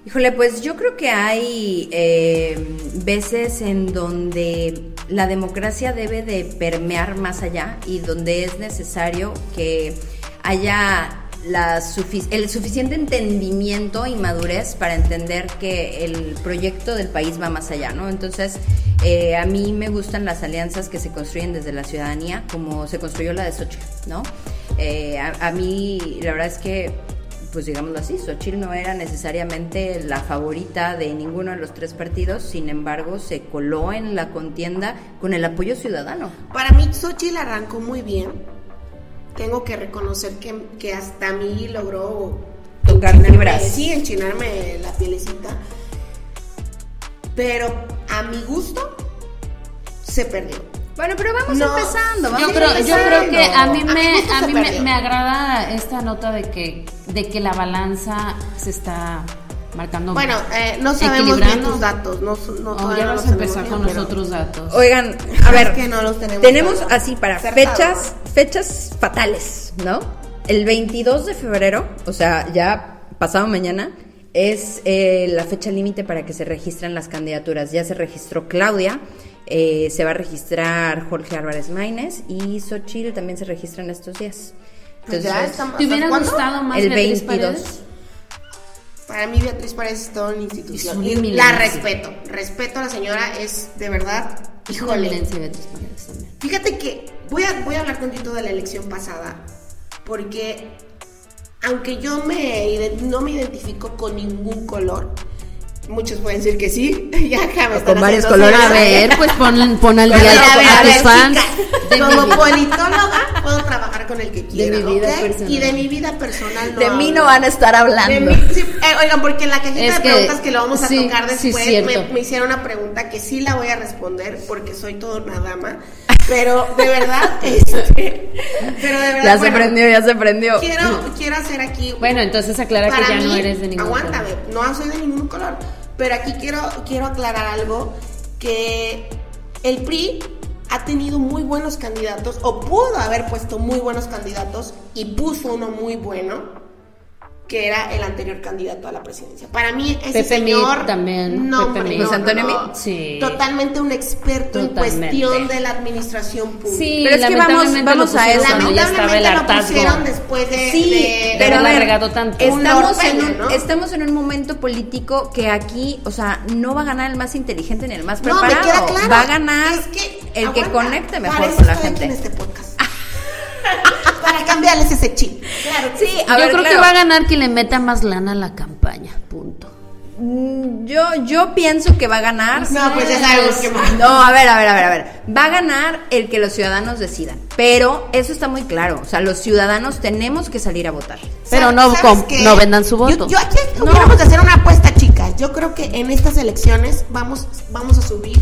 Speaker 1: Híjole, pues yo creo que hay eh, veces en donde la democracia debe de permear más allá y donde es necesario que haya la sufic- el suficiente entendimiento y madurez para entender que el proyecto del país va más allá, ¿no? Entonces, eh, a mí me gustan las alianzas que se construyen desde la ciudadanía, como se construyó la de Xochitl, ¿no? Eh, a- a mí, la verdad es que pues digámoslo así, Xochitl no era necesariamente la favorita de ninguno de los tres partidos, sin embargo se coló en la contienda con el apoyo ciudadano.
Speaker 3: Para mí, Xochitl arrancó muy bien. Tengo que reconocer que, que hasta a mí logró
Speaker 1: Tocar
Speaker 3: enchinarme-
Speaker 1: fibras.
Speaker 3: Sí, enchinarme la pielecita. Pero a mi gusto, se perdió.
Speaker 1: Bueno, pero vamos
Speaker 3: No,
Speaker 1: empezando, vamos
Speaker 2: Yo creo, yo creo que a mí me,
Speaker 3: Justo
Speaker 2: a
Speaker 3: se
Speaker 2: mí me,
Speaker 3: perdió.
Speaker 2: me agrada esta nota de que, de que la balanza se está marcando.
Speaker 3: Bueno, eh, no sabemos bien
Speaker 2: Equilibrando.
Speaker 3: tus datos. No, s- no,
Speaker 2: Oh,
Speaker 3: todavía
Speaker 2: ya
Speaker 3: no
Speaker 2: vas a
Speaker 3: los
Speaker 2: empezar
Speaker 3: tenemos
Speaker 2: con
Speaker 3: bien,
Speaker 2: los
Speaker 3: pero-
Speaker 2: otros datos.
Speaker 1: Oigan, a ver,
Speaker 3: que no los tenemos.
Speaker 1: así para
Speaker 3: Acertados.
Speaker 1: fechas, fechas fatales, ¿no? El 22 de febrero, o sea, ya pasado mañana, es eh, la fecha límite para que se registren las candidaturas. Ya se registró Claudia, eh, se va a registrar Jorge Álvarez Maínez y Xochitl también se registran estos días.
Speaker 3: Pues ya estamos-
Speaker 2: ¿Te hubiera
Speaker 3: ¿cuándo?
Speaker 2: gustado más
Speaker 1: el
Speaker 2: Beatriz
Speaker 1: 22.
Speaker 2: Paredes?
Speaker 3: Para mí Beatriz Paredes es toda una institución.
Speaker 2: Es
Speaker 3: Y
Speaker 2: una
Speaker 3: la
Speaker 2: eminencia.
Speaker 3: respeto. Respeto a la señora, es de verdad.
Speaker 2: Híjole.
Speaker 3: Híjole.
Speaker 2: Beatriz Paredes también.
Speaker 3: Fíjate que voy a, voy a hablar tantito de la elección pasada. Porque aunque yo me, ide- no me identifico con ningún color, muchos pueden decir que sí. ya jamás.
Speaker 1: Con varios colores.
Speaker 2: A ver, pues pon, pon al
Speaker 1: Pero
Speaker 2: día
Speaker 1: a ver, a
Speaker 2: a
Speaker 1: ver,
Speaker 2: tus fans.
Speaker 3: chicas,
Speaker 2: De
Speaker 3: Como
Speaker 2: mi-
Speaker 3: politóloga puedo trabajar con el que quiera,
Speaker 2: mi vida
Speaker 3: ¿ok?
Speaker 2: personal.
Speaker 3: Y de mi vida personal no
Speaker 1: De mí
Speaker 3: hablo.
Speaker 1: no van a estar
Speaker 3: De
Speaker 1: hablando.
Speaker 3: mí- sí, eh, oigan, porque en la cajita
Speaker 2: Es
Speaker 3: de
Speaker 2: que-
Speaker 3: preguntas que lo vamos a
Speaker 2: sí,
Speaker 3: tocar
Speaker 2: sí,
Speaker 3: después me,
Speaker 2: cierto.
Speaker 3: me hicieron una pregunta que sí la voy a responder porque soy toda una dama. Pero de verdad, este, pero de verdad.
Speaker 1: Ya se
Speaker 3: bueno,
Speaker 1: prendió, ya se prendió.
Speaker 3: Quiero, quiero hacer aquí.
Speaker 2: Bueno, entonces aclara que ya no eres de ningún color.
Speaker 3: Aguántame, no soy de ningún color. Pero aquí quiero, quiero aclarar algo: que el PRI ha tenido muy buenos candidatos, o pudo haber puesto muy buenos candidatos, y puso uno muy bueno, que era el anterior candidato a la presidencia. Para mí, ese
Speaker 2: Pepe Meade
Speaker 3: señor.
Speaker 2: también, Pepe
Speaker 3: No, hombre,
Speaker 2: Meade.
Speaker 3: no,
Speaker 1: José Antonio
Speaker 3: no, no.
Speaker 1: Meade.
Speaker 2: Sí.
Speaker 3: Totalmente un experto en
Speaker 2: Totalmente.
Speaker 3: cuestión de la administración pública.
Speaker 2: Sí,
Speaker 1: Pero es que vamos-
Speaker 2: lamentablemente
Speaker 1: vamos
Speaker 2: lo
Speaker 1: a
Speaker 2: pusieron
Speaker 1: eso, ¿no?
Speaker 2: cuando ya estaba
Speaker 3: Lamentablemente
Speaker 2: el
Speaker 3: lo
Speaker 2: hartazgo.
Speaker 3: pusieron después de.
Speaker 1: Sí,
Speaker 3: de-
Speaker 1: pero
Speaker 2: Pero
Speaker 1: a
Speaker 2: la
Speaker 1: ver,
Speaker 2: regadó tanto.
Speaker 3: Un
Speaker 1: Estamos
Speaker 3: Lord
Speaker 1: en, un,
Speaker 3: Peña, ¿no?
Speaker 1: estamos en un momento político que aquí, o sea, no va a ganar el más inteligente ni el más
Speaker 3: No,
Speaker 1: preparado.
Speaker 3: me queda claro.
Speaker 1: Va a ganar
Speaker 3: Es que,
Speaker 1: el que
Speaker 3: aguanta,
Speaker 1: conecte
Speaker 3: para
Speaker 1: mejor
Speaker 3: eso
Speaker 1: con la
Speaker 3: estoy aquí
Speaker 1: gente.
Speaker 3: en este podcast. para cambiarles ese chip. Claro. que
Speaker 1: Sí, a
Speaker 2: Yo
Speaker 1: ver,
Speaker 2: creo que
Speaker 1: claro.
Speaker 2: va a ganar quien le meta más lana a la campaña. Punto.
Speaker 1: Mm, Yo, yo pienso que va a ganar.
Speaker 3: No, pues ya sabemos que más.
Speaker 1: No, a ver, a ver, a ver, a ver. Va a ganar el que los ciudadanos decidan. Pero eso está muy claro. O sea, los ciudadanos tenemos que salir a votar.
Speaker 2: Pero no
Speaker 3: ¿Sabes
Speaker 2: com-
Speaker 3: qué?
Speaker 2: no vendan su
Speaker 3: Yo-
Speaker 2: voto.
Speaker 3: Yo, aquí
Speaker 1: No.
Speaker 3: hubiéramos de hacer una apuesta, chicas. Yo creo que en estas elecciones vamos, vamos a subir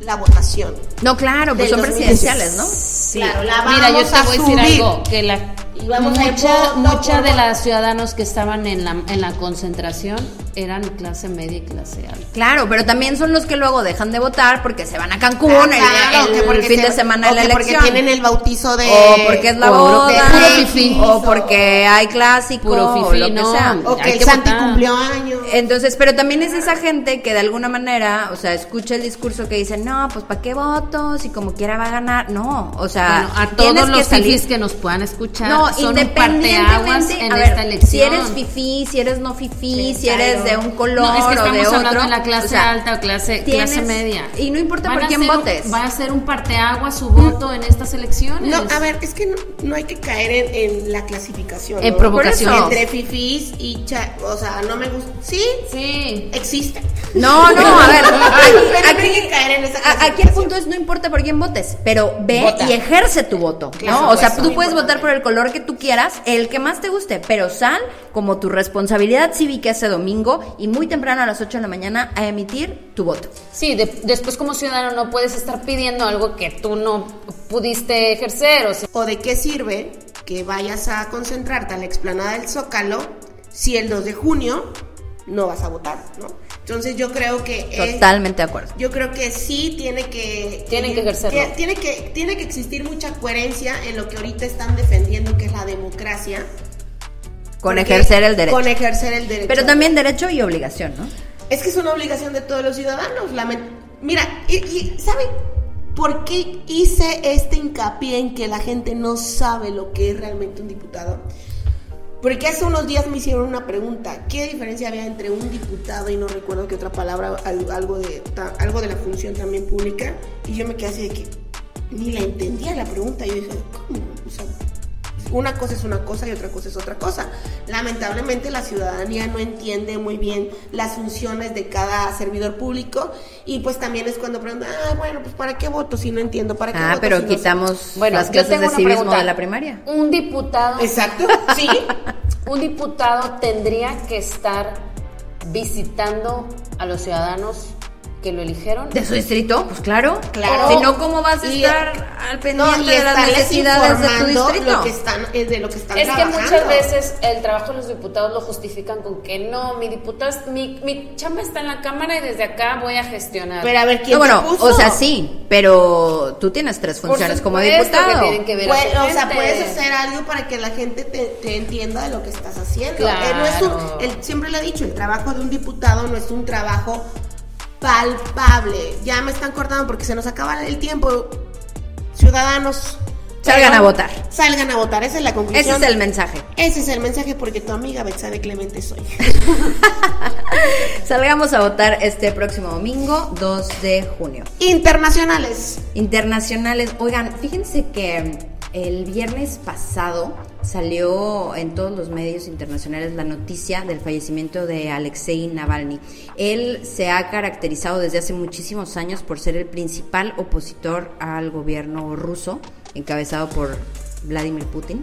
Speaker 3: la votación.
Speaker 1: No, claro, pues
Speaker 3: Del
Speaker 1: son
Speaker 3: 2016.
Speaker 1: presidenciales, ¿no?
Speaker 3: Claro, la
Speaker 2: Mira, yo
Speaker 3: vamos
Speaker 2: te
Speaker 3: a
Speaker 2: voy a decir
Speaker 3: subir.
Speaker 2: algo, que la
Speaker 3: Y vamos a ir
Speaker 2: mucha,
Speaker 3: voto
Speaker 2: mucha
Speaker 3: por
Speaker 2: de
Speaker 3: voto.
Speaker 2: las ciudadanos que estaban en la, en la concentración eran clase media y clase alta.
Speaker 1: Claro, pero también son los que luego dejan de votar porque se van a Cancún
Speaker 3: Ah,
Speaker 1: el-
Speaker 3: claro,
Speaker 1: el,
Speaker 3: que porque
Speaker 1: fin
Speaker 3: se-
Speaker 1: de semana de
Speaker 3: o
Speaker 1: la
Speaker 3: que
Speaker 1: elección.
Speaker 3: Porque tienen el bautizo de.
Speaker 1: o porque es la
Speaker 2: o
Speaker 1: boda,
Speaker 2: de eh, puro fifí.
Speaker 1: o porque hay clásico,
Speaker 2: Puro fifí,
Speaker 1: o lo que Eh,
Speaker 2: no.
Speaker 1: sea.
Speaker 3: O
Speaker 2: Hay
Speaker 3: que el
Speaker 2: que
Speaker 3: Santi
Speaker 2: votar.
Speaker 3: cumplió años.
Speaker 1: Entonces, pero también es esa gente que de alguna manera, o sea, escucha el discurso que dice, no, pues ¿para qué voto? Si como quiera va a ganar. No, o sea,
Speaker 2: Bueno, a
Speaker 1: tienes
Speaker 2: todos los
Speaker 1: salir-
Speaker 2: fifís que nos puedan escuchar.
Speaker 1: No,
Speaker 2: son un parteaguas
Speaker 1: independientemente,
Speaker 2: en
Speaker 1: a
Speaker 2: esta
Speaker 1: ver,
Speaker 2: elección.
Speaker 1: si eres fifí, si eres no fifí,
Speaker 5: Sí,
Speaker 1: si eres de
Speaker 5: claro.
Speaker 1: un color
Speaker 2: no, es que
Speaker 1: o
Speaker 2: estamos
Speaker 1: de
Speaker 2: hablando
Speaker 1: otro,
Speaker 2: de la clase
Speaker 1: o sea,
Speaker 2: alta o clase,
Speaker 1: tienes-
Speaker 2: clase media.
Speaker 1: y no importa
Speaker 2: Van
Speaker 1: por
Speaker 2: a
Speaker 1: quién
Speaker 2: ser un-
Speaker 1: votes.
Speaker 2: Va a ser un parteaguas su voto en estas elecciones.
Speaker 3: No, a ver, es que no, no hay que caer en, en la clasificación.
Speaker 2: En
Speaker 3: ¿no?
Speaker 2: provocación.
Speaker 1: Por eso.
Speaker 3: Entre fifís y cha- o sea, no me gusta. Sí,
Speaker 2: Sí.
Speaker 3: existe.
Speaker 1: No, no, a ver.
Speaker 3: Pero no
Speaker 1: Aquí,
Speaker 3: hay que caer en esa
Speaker 1: a- aquí el
Speaker 3: clasificación.
Speaker 1: punto es no importa por quién votes, pero ve
Speaker 3: Vota.
Speaker 1: y ejerce tu voto,
Speaker 3: Claro,
Speaker 1: ¿no? O sea,
Speaker 3: pues,
Speaker 1: tú
Speaker 3: muy
Speaker 1: puedes votar
Speaker 3: importante.
Speaker 1: por el color que tú quieras, el que más te guste, pero sal como tu responsabilidad cívica ese domingo y muy temprano a las 8 de la mañana a emitir tu voto.
Speaker 2: Sí, de- después como ciudadano no puedes estar pidiendo algo que tú no pudiste ejercer, o sea,
Speaker 3: ¿O de qué sirve que vayas a concentrarte a la explanada del Zócalo si el 2 de junio no vas a votar, ¿no? Entonces yo creo que... es-
Speaker 1: Totalmente de acuerdo.
Speaker 3: yo creo que sí tiene que...
Speaker 2: Tienen que ejercerlo.
Speaker 3: tie- Tiene que, tiene que existir mucha coherencia en lo que ahorita están defendiendo, que es la democracia.
Speaker 1: Con
Speaker 3: Porque-
Speaker 1: ejercer el derecho.
Speaker 3: Con ejercer el derecho.
Speaker 1: Pero también derecho y obligación, ¿no?
Speaker 3: Es que es una obligación de todos los ciudadanos. lamen- Mira, y, y, ¿saben por qué hice este hincapié en que la gente no sabe lo que es realmente un diputado? Porque hace unos días me hicieron una pregunta, ¿qué diferencia había entre un diputado y no recuerdo qué otra palabra, al- algo de, ta- algo de la función también pública? Y yo me quedé así de que ni la entendía la pregunta. Yo dije, ¿cómo? O sea, una cosa es una cosa y otra cosa es otra cosa. Lamentablemente la ciudadanía no entiende muy bien las funciones de cada servidor público y pues también es cuando preguntan, ah, bueno, pues ¿para qué voto si no entiendo? ¿Para qué
Speaker 1: Ah,
Speaker 3: voto si
Speaker 1: pero
Speaker 3: no sé?"
Speaker 1: quitamos
Speaker 2: bueno,
Speaker 1: las
Speaker 2: yo
Speaker 1: clases
Speaker 2: tengo
Speaker 1: de
Speaker 2: una
Speaker 1: civismo
Speaker 2: pregunta.
Speaker 1: de la primaria.
Speaker 2: Un diputado,
Speaker 3: Exacto, sí.
Speaker 2: un diputado tendría que estar visitando a los ciudadanos que lo eligieron.
Speaker 1: ¿De su distrito? Pues claro.
Speaker 3: Claro.
Speaker 1: Si no, ¿cómo vas a
Speaker 3: Y- eh,
Speaker 1: estar al pendiente
Speaker 3: y
Speaker 1: de las
Speaker 3: estarles
Speaker 1: necesidades de tu
Speaker 3: informando
Speaker 1: distrito?
Speaker 3: Lo que están, eh, de lo que están
Speaker 2: Es que
Speaker 3: trabajando.
Speaker 2: muchas veces el trabajo de los diputados lo justifican con que no, mi diputado, es- mi, mi chamba está en la Cámara y desde acá voy a gestionar.
Speaker 3: Pero a ver, ¿quién
Speaker 1: No, bueno,
Speaker 3: te puso?
Speaker 1: o sea, sí, pero tú tienes tres
Speaker 2: Por
Speaker 1: funciones como
Speaker 2: supuesto
Speaker 1: diputado.
Speaker 2: que tienen que ver a
Speaker 3: Puede-
Speaker 2: su
Speaker 3: Pues, o sea,
Speaker 2: gente.
Speaker 3: puedes hacer algo para que la gente te, te entienda de lo que estás haciendo.
Speaker 2: Claro.
Speaker 3: Eh, no es un- el- siempre lo he dicho, el trabajo de un diputado no es un trabajo palpable. Ya me están cortando porque se nos acaba el tiempo. Ciudadanos.
Speaker 1: Salgan
Speaker 3: pero-
Speaker 1: a votar.
Speaker 3: Salgan a votar, esa es la
Speaker 1: Ese
Speaker 3: conclusión.
Speaker 1: es el mensaje.
Speaker 3: Ese es el mensaje porque tu amiga Betsabe Clemente soy.
Speaker 1: Salgamos a votar este próximo domingo, 2 de junio.
Speaker 3: Internacionales.
Speaker 1: Internacionales, oigan, fíjense que mm, el viernes pasado salió en todos los medios internacionales la noticia del fallecimiento de Alexei Navalny. Él se ha caracterizado desde hace muchísimos años por ser el principal opositor al gobierno ruso, encabezado por Vladimir Putin.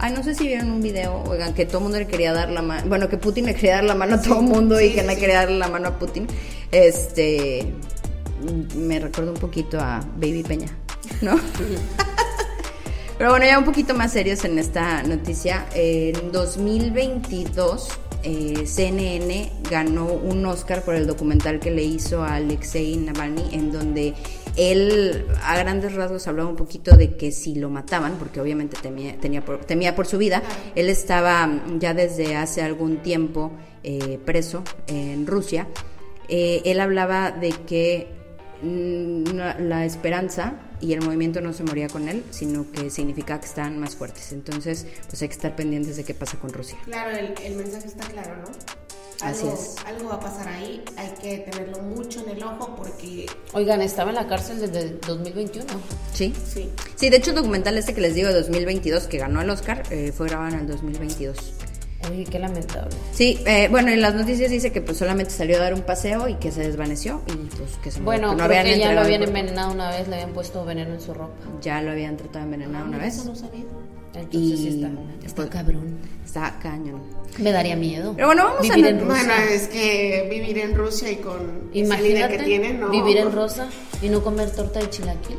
Speaker 1: Ay, no sé si vieron un video, oigan, que todo el mundo le quería dar la mano, bueno, que Putin le quería dar la mano a todo el mundo y que le quería dar la mano a Putin. Este, mm, me recuerda un poquito a Baby Peña, ¿no? Pero bueno, ya un poquito más serios en esta noticia. En 2022, eh, CNN ganó un Oscar por el documental que le hizo a Alexei Navalny, en donde él a grandes rasgos hablaba un poquito de que si lo mataban, porque obviamente temía, tenía por, temía por su vida, él estaba mm, ya desde hace algún tiempo eh, preso en Rusia. Eh, él hablaba de que Mm, no, la esperanza y el movimiento no se moría con él, sino que significa que están más fuertes. Entonces, pues hay que estar pendientes de qué pasa con Rusia.
Speaker 3: Claro, el, el mensaje está claro, ¿no?
Speaker 1: Así
Speaker 3: Algo-
Speaker 1: es.
Speaker 3: Algo va a pasar ahí, hay que tenerlo mucho en el ojo porque
Speaker 2: Oigan, estaba en la cárcel desde el 2021.
Speaker 1: ¿Sí?
Speaker 3: sí.
Speaker 1: Sí, de hecho el documental este que les digo de 2022, que ganó el Oscar, eh, fue grabado en el 2022.
Speaker 2: Oye, qué lamentable.
Speaker 1: Sí, eh, bueno, en las noticias dice que pues solamente salió a dar un paseo y que se desvaneció y pues que se murió,
Speaker 2: Bueno,
Speaker 1: que
Speaker 2: creo que ya lo
Speaker 1: entregado el
Speaker 2: habían
Speaker 1: cuerpo.
Speaker 2: envenenado una vez, le habían puesto veneno en su ropa.
Speaker 1: Ya lo habían tratado de envenenar ¿Ah, una vez.
Speaker 3: Eso no sabía.
Speaker 2: Entonces
Speaker 1: Y
Speaker 2: sí está,
Speaker 1: pues,
Speaker 2: está cabrón.
Speaker 1: Está cañón.
Speaker 2: Me daría miedo.
Speaker 1: Pero bueno, vamos a
Speaker 2: vivir
Speaker 1: no-
Speaker 2: en Rusia.
Speaker 3: Bueno, es que vivir en Rusia y con esa vida
Speaker 2: Imagínate
Speaker 3: que tienen, ¿no?
Speaker 2: vivir en Rosa y no comer torta de chilaquil.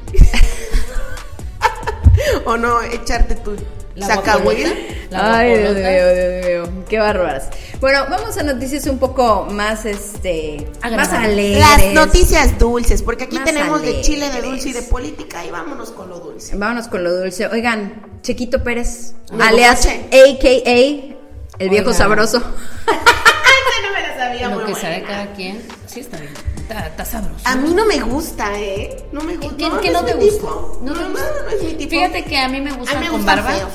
Speaker 3: O no echarte tu
Speaker 2: La
Speaker 3: sacahuil.
Speaker 2: guajolota, la
Speaker 1: Ay, Dios mío,
Speaker 2: guajolota.
Speaker 1: Dios mío, qué bárbaras. Bueno, vamos a noticias un poco más, este,
Speaker 2: Agradables.
Speaker 1: más alegres.
Speaker 3: Las noticias dulces, porque aquí
Speaker 1: Más
Speaker 3: tenemos de chile, de
Speaker 1: alegres.
Speaker 3: dulce y de política y vámonos con lo dulce.
Speaker 1: Vámonos con lo dulce. Oigan, Chequito Pérez,
Speaker 3: No,
Speaker 1: alias
Speaker 3: Che.
Speaker 1: AKA, el viejo
Speaker 2: Oigan.
Speaker 1: sabroso.
Speaker 3: Esa no me la sabía,
Speaker 2: Lo
Speaker 3: muy
Speaker 2: que
Speaker 3: buena.
Speaker 2: sabe cada quien. Sí, está bien. Está, está sabroso.
Speaker 3: A mí no me gusta, ¿eh? No me gusta.
Speaker 2: ¿Qué- qué no
Speaker 3: es
Speaker 2: te
Speaker 3: mi
Speaker 2: gusta?
Speaker 3: tipo.
Speaker 2: ¿No
Speaker 3: No,
Speaker 2: te
Speaker 3: no,
Speaker 2: gusta?
Speaker 3: no es mi tipo.
Speaker 2: Fíjate que a mí me
Speaker 3: a
Speaker 2: gustan
Speaker 3: mí me
Speaker 2: con
Speaker 3: gustan
Speaker 2: barba.
Speaker 3: feos.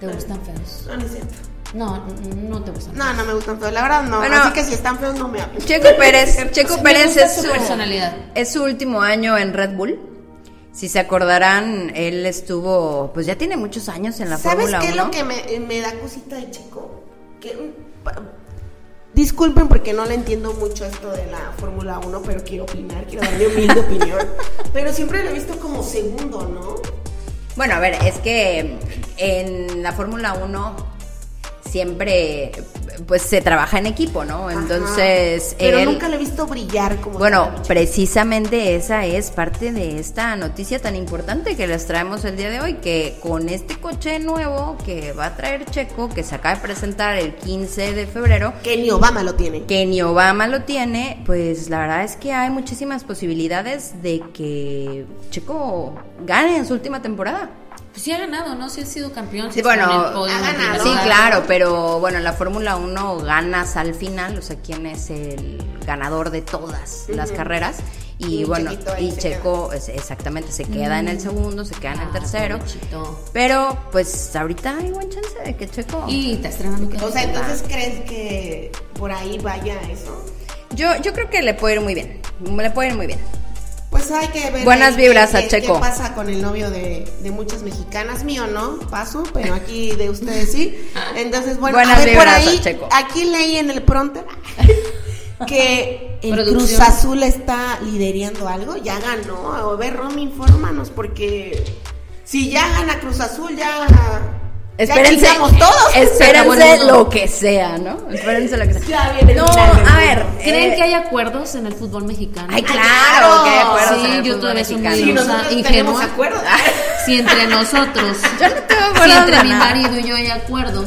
Speaker 2: Te gustan feos.
Speaker 3: No, no es cierto.
Speaker 2: No, no te gustan.
Speaker 3: No, no me gustan feos, la verdad no.
Speaker 1: Bueno.
Speaker 3: Así que si están feos no me hablen.
Speaker 1: Checo Pérez, Checo
Speaker 2: Me
Speaker 1: Pérez
Speaker 2: gusta
Speaker 1: es
Speaker 2: su personalidad.
Speaker 1: Es su último año en Red Bull. Si se acordarán, él estuvo, pues ya tiene muchos años en la
Speaker 3: ¿Sabes
Speaker 1: Fórmula 1.
Speaker 3: qué es lo que me, me da cosita de Checo? Que, mm, pa- disculpen porque no le entiendo mucho esto de la Fórmula 1, pero quiero opinar, quiero dar mi humilde opinión. Pero siempre lo he visto como segundo, ¿no?
Speaker 1: Bueno, a ver, es que en la Fórmula 1 siempre pues se trabaja en equipo, ¿no? Pues Entonces,
Speaker 3: Ajá. Pero
Speaker 1: él-
Speaker 3: nunca lo he visto brillar como...
Speaker 1: Bueno,
Speaker 3: tal.
Speaker 1: precisamente esa es parte de esta noticia tan importante que les traemos el día de hoy, que con este coche nuevo que va a traer Checo, que se acaba de presentar el 15 de febrero,
Speaker 3: que ni Obama lo tiene.
Speaker 1: que ni Obama lo tiene, pues la verdad es que hay muchísimas posibilidades de que Checo gane en su última temporada.
Speaker 2: Pues sí ha ganado, ¿no? Sí ha sido campeón.
Speaker 1: Sí,
Speaker 2: sí está
Speaker 1: bueno,
Speaker 2: en el podio,
Speaker 3: ha
Speaker 2: en primer
Speaker 3: ganado.
Speaker 1: Sí,
Speaker 2: lugar.
Speaker 1: claro, pero bueno, en la Fórmula 1 ganas al final, o sea, quién es el ganador de todas las carreras. Y,
Speaker 3: Y
Speaker 1: bueno,
Speaker 3: Chequito ahí
Speaker 1: y
Speaker 3: se
Speaker 1: Checo, es- exactamente, se queda en el segundo, se queda en el
Speaker 2: Mm. Ah,
Speaker 1: tercero.
Speaker 2: pobrecito.
Speaker 1: Pero pues ahorita hay buen chance de que Checo.
Speaker 2: Y está estrenando que-
Speaker 3: O sea, entonces crees que por ahí vaya eso.
Speaker 1: Yo, yo creo que le puede ir muy bien. Le puede ir muy bien.
Speaker 3: Pues hay que ver.
Speaker 1: Buenas
Speaker 3: ahí
Speaker 1: vibras
Speaker 3: qué-
Speaker 1: a
Speaker 3: qué-
Speaker 1: Checo.
Speaker 3: ¿Qué pasa con el novio de, de muchas mexicanas? Mío, ¿no? Paso, pero aquí de ustedes sí. Entonces, bueno,
Speaker 1: Buenas
Speaker 3: a ver, por
Speaker 1: vibras a
Speaker 3: ahí.
Speaker 1: Checo.
Speaker 3: Aquí leí en el pronto que el Cruz
Speaker 2: Producción.
Speaker 3: Azul está liderando algo. Ya ganó. A ver, Romy, infórmanos, porque si ya gana Cruz Azul, ya.
Speaker 1: Espérense,
Speaker 3: Ya chingamos todos.
Speaker 1: espérense
Speaker 2: Bueno, no.
Speaker 1: lo que sea, ¿no? Espérense lo que sea.
Speaker 3: Ya viene el
Speaker 1: no,
Speaker 3: final del
Speaker 1: a ver.
Speaker 2: ¿Creen
Speaker 1: eh,
Speaker 2: que hay acuerdos en el fútbol mexicano?
Speaker 1: Ay,
Speaker 3: claro,
Speaker 1: claro, que hay acuerdos
Speaker 2: Sí,
Speaker 1: en el
Speaker 2: yo
Speaker 1: fútbol
Speaker 2: todavía soy muy
Speaker 1: mexicano.
Speaker 3: Sí, nosotros
Speaker 2: Ingenua.
Speaker 3: tenemos acuerdos.
Speaker 2: Si entre nosotros,
Speaker 1: Yo no tengo acuerdos
Speaker 2: si
Speaker 1: de
Speaker 2: entre mi
Speaker 1: nada.
Speaker 2: marido y yo hay acuerdos,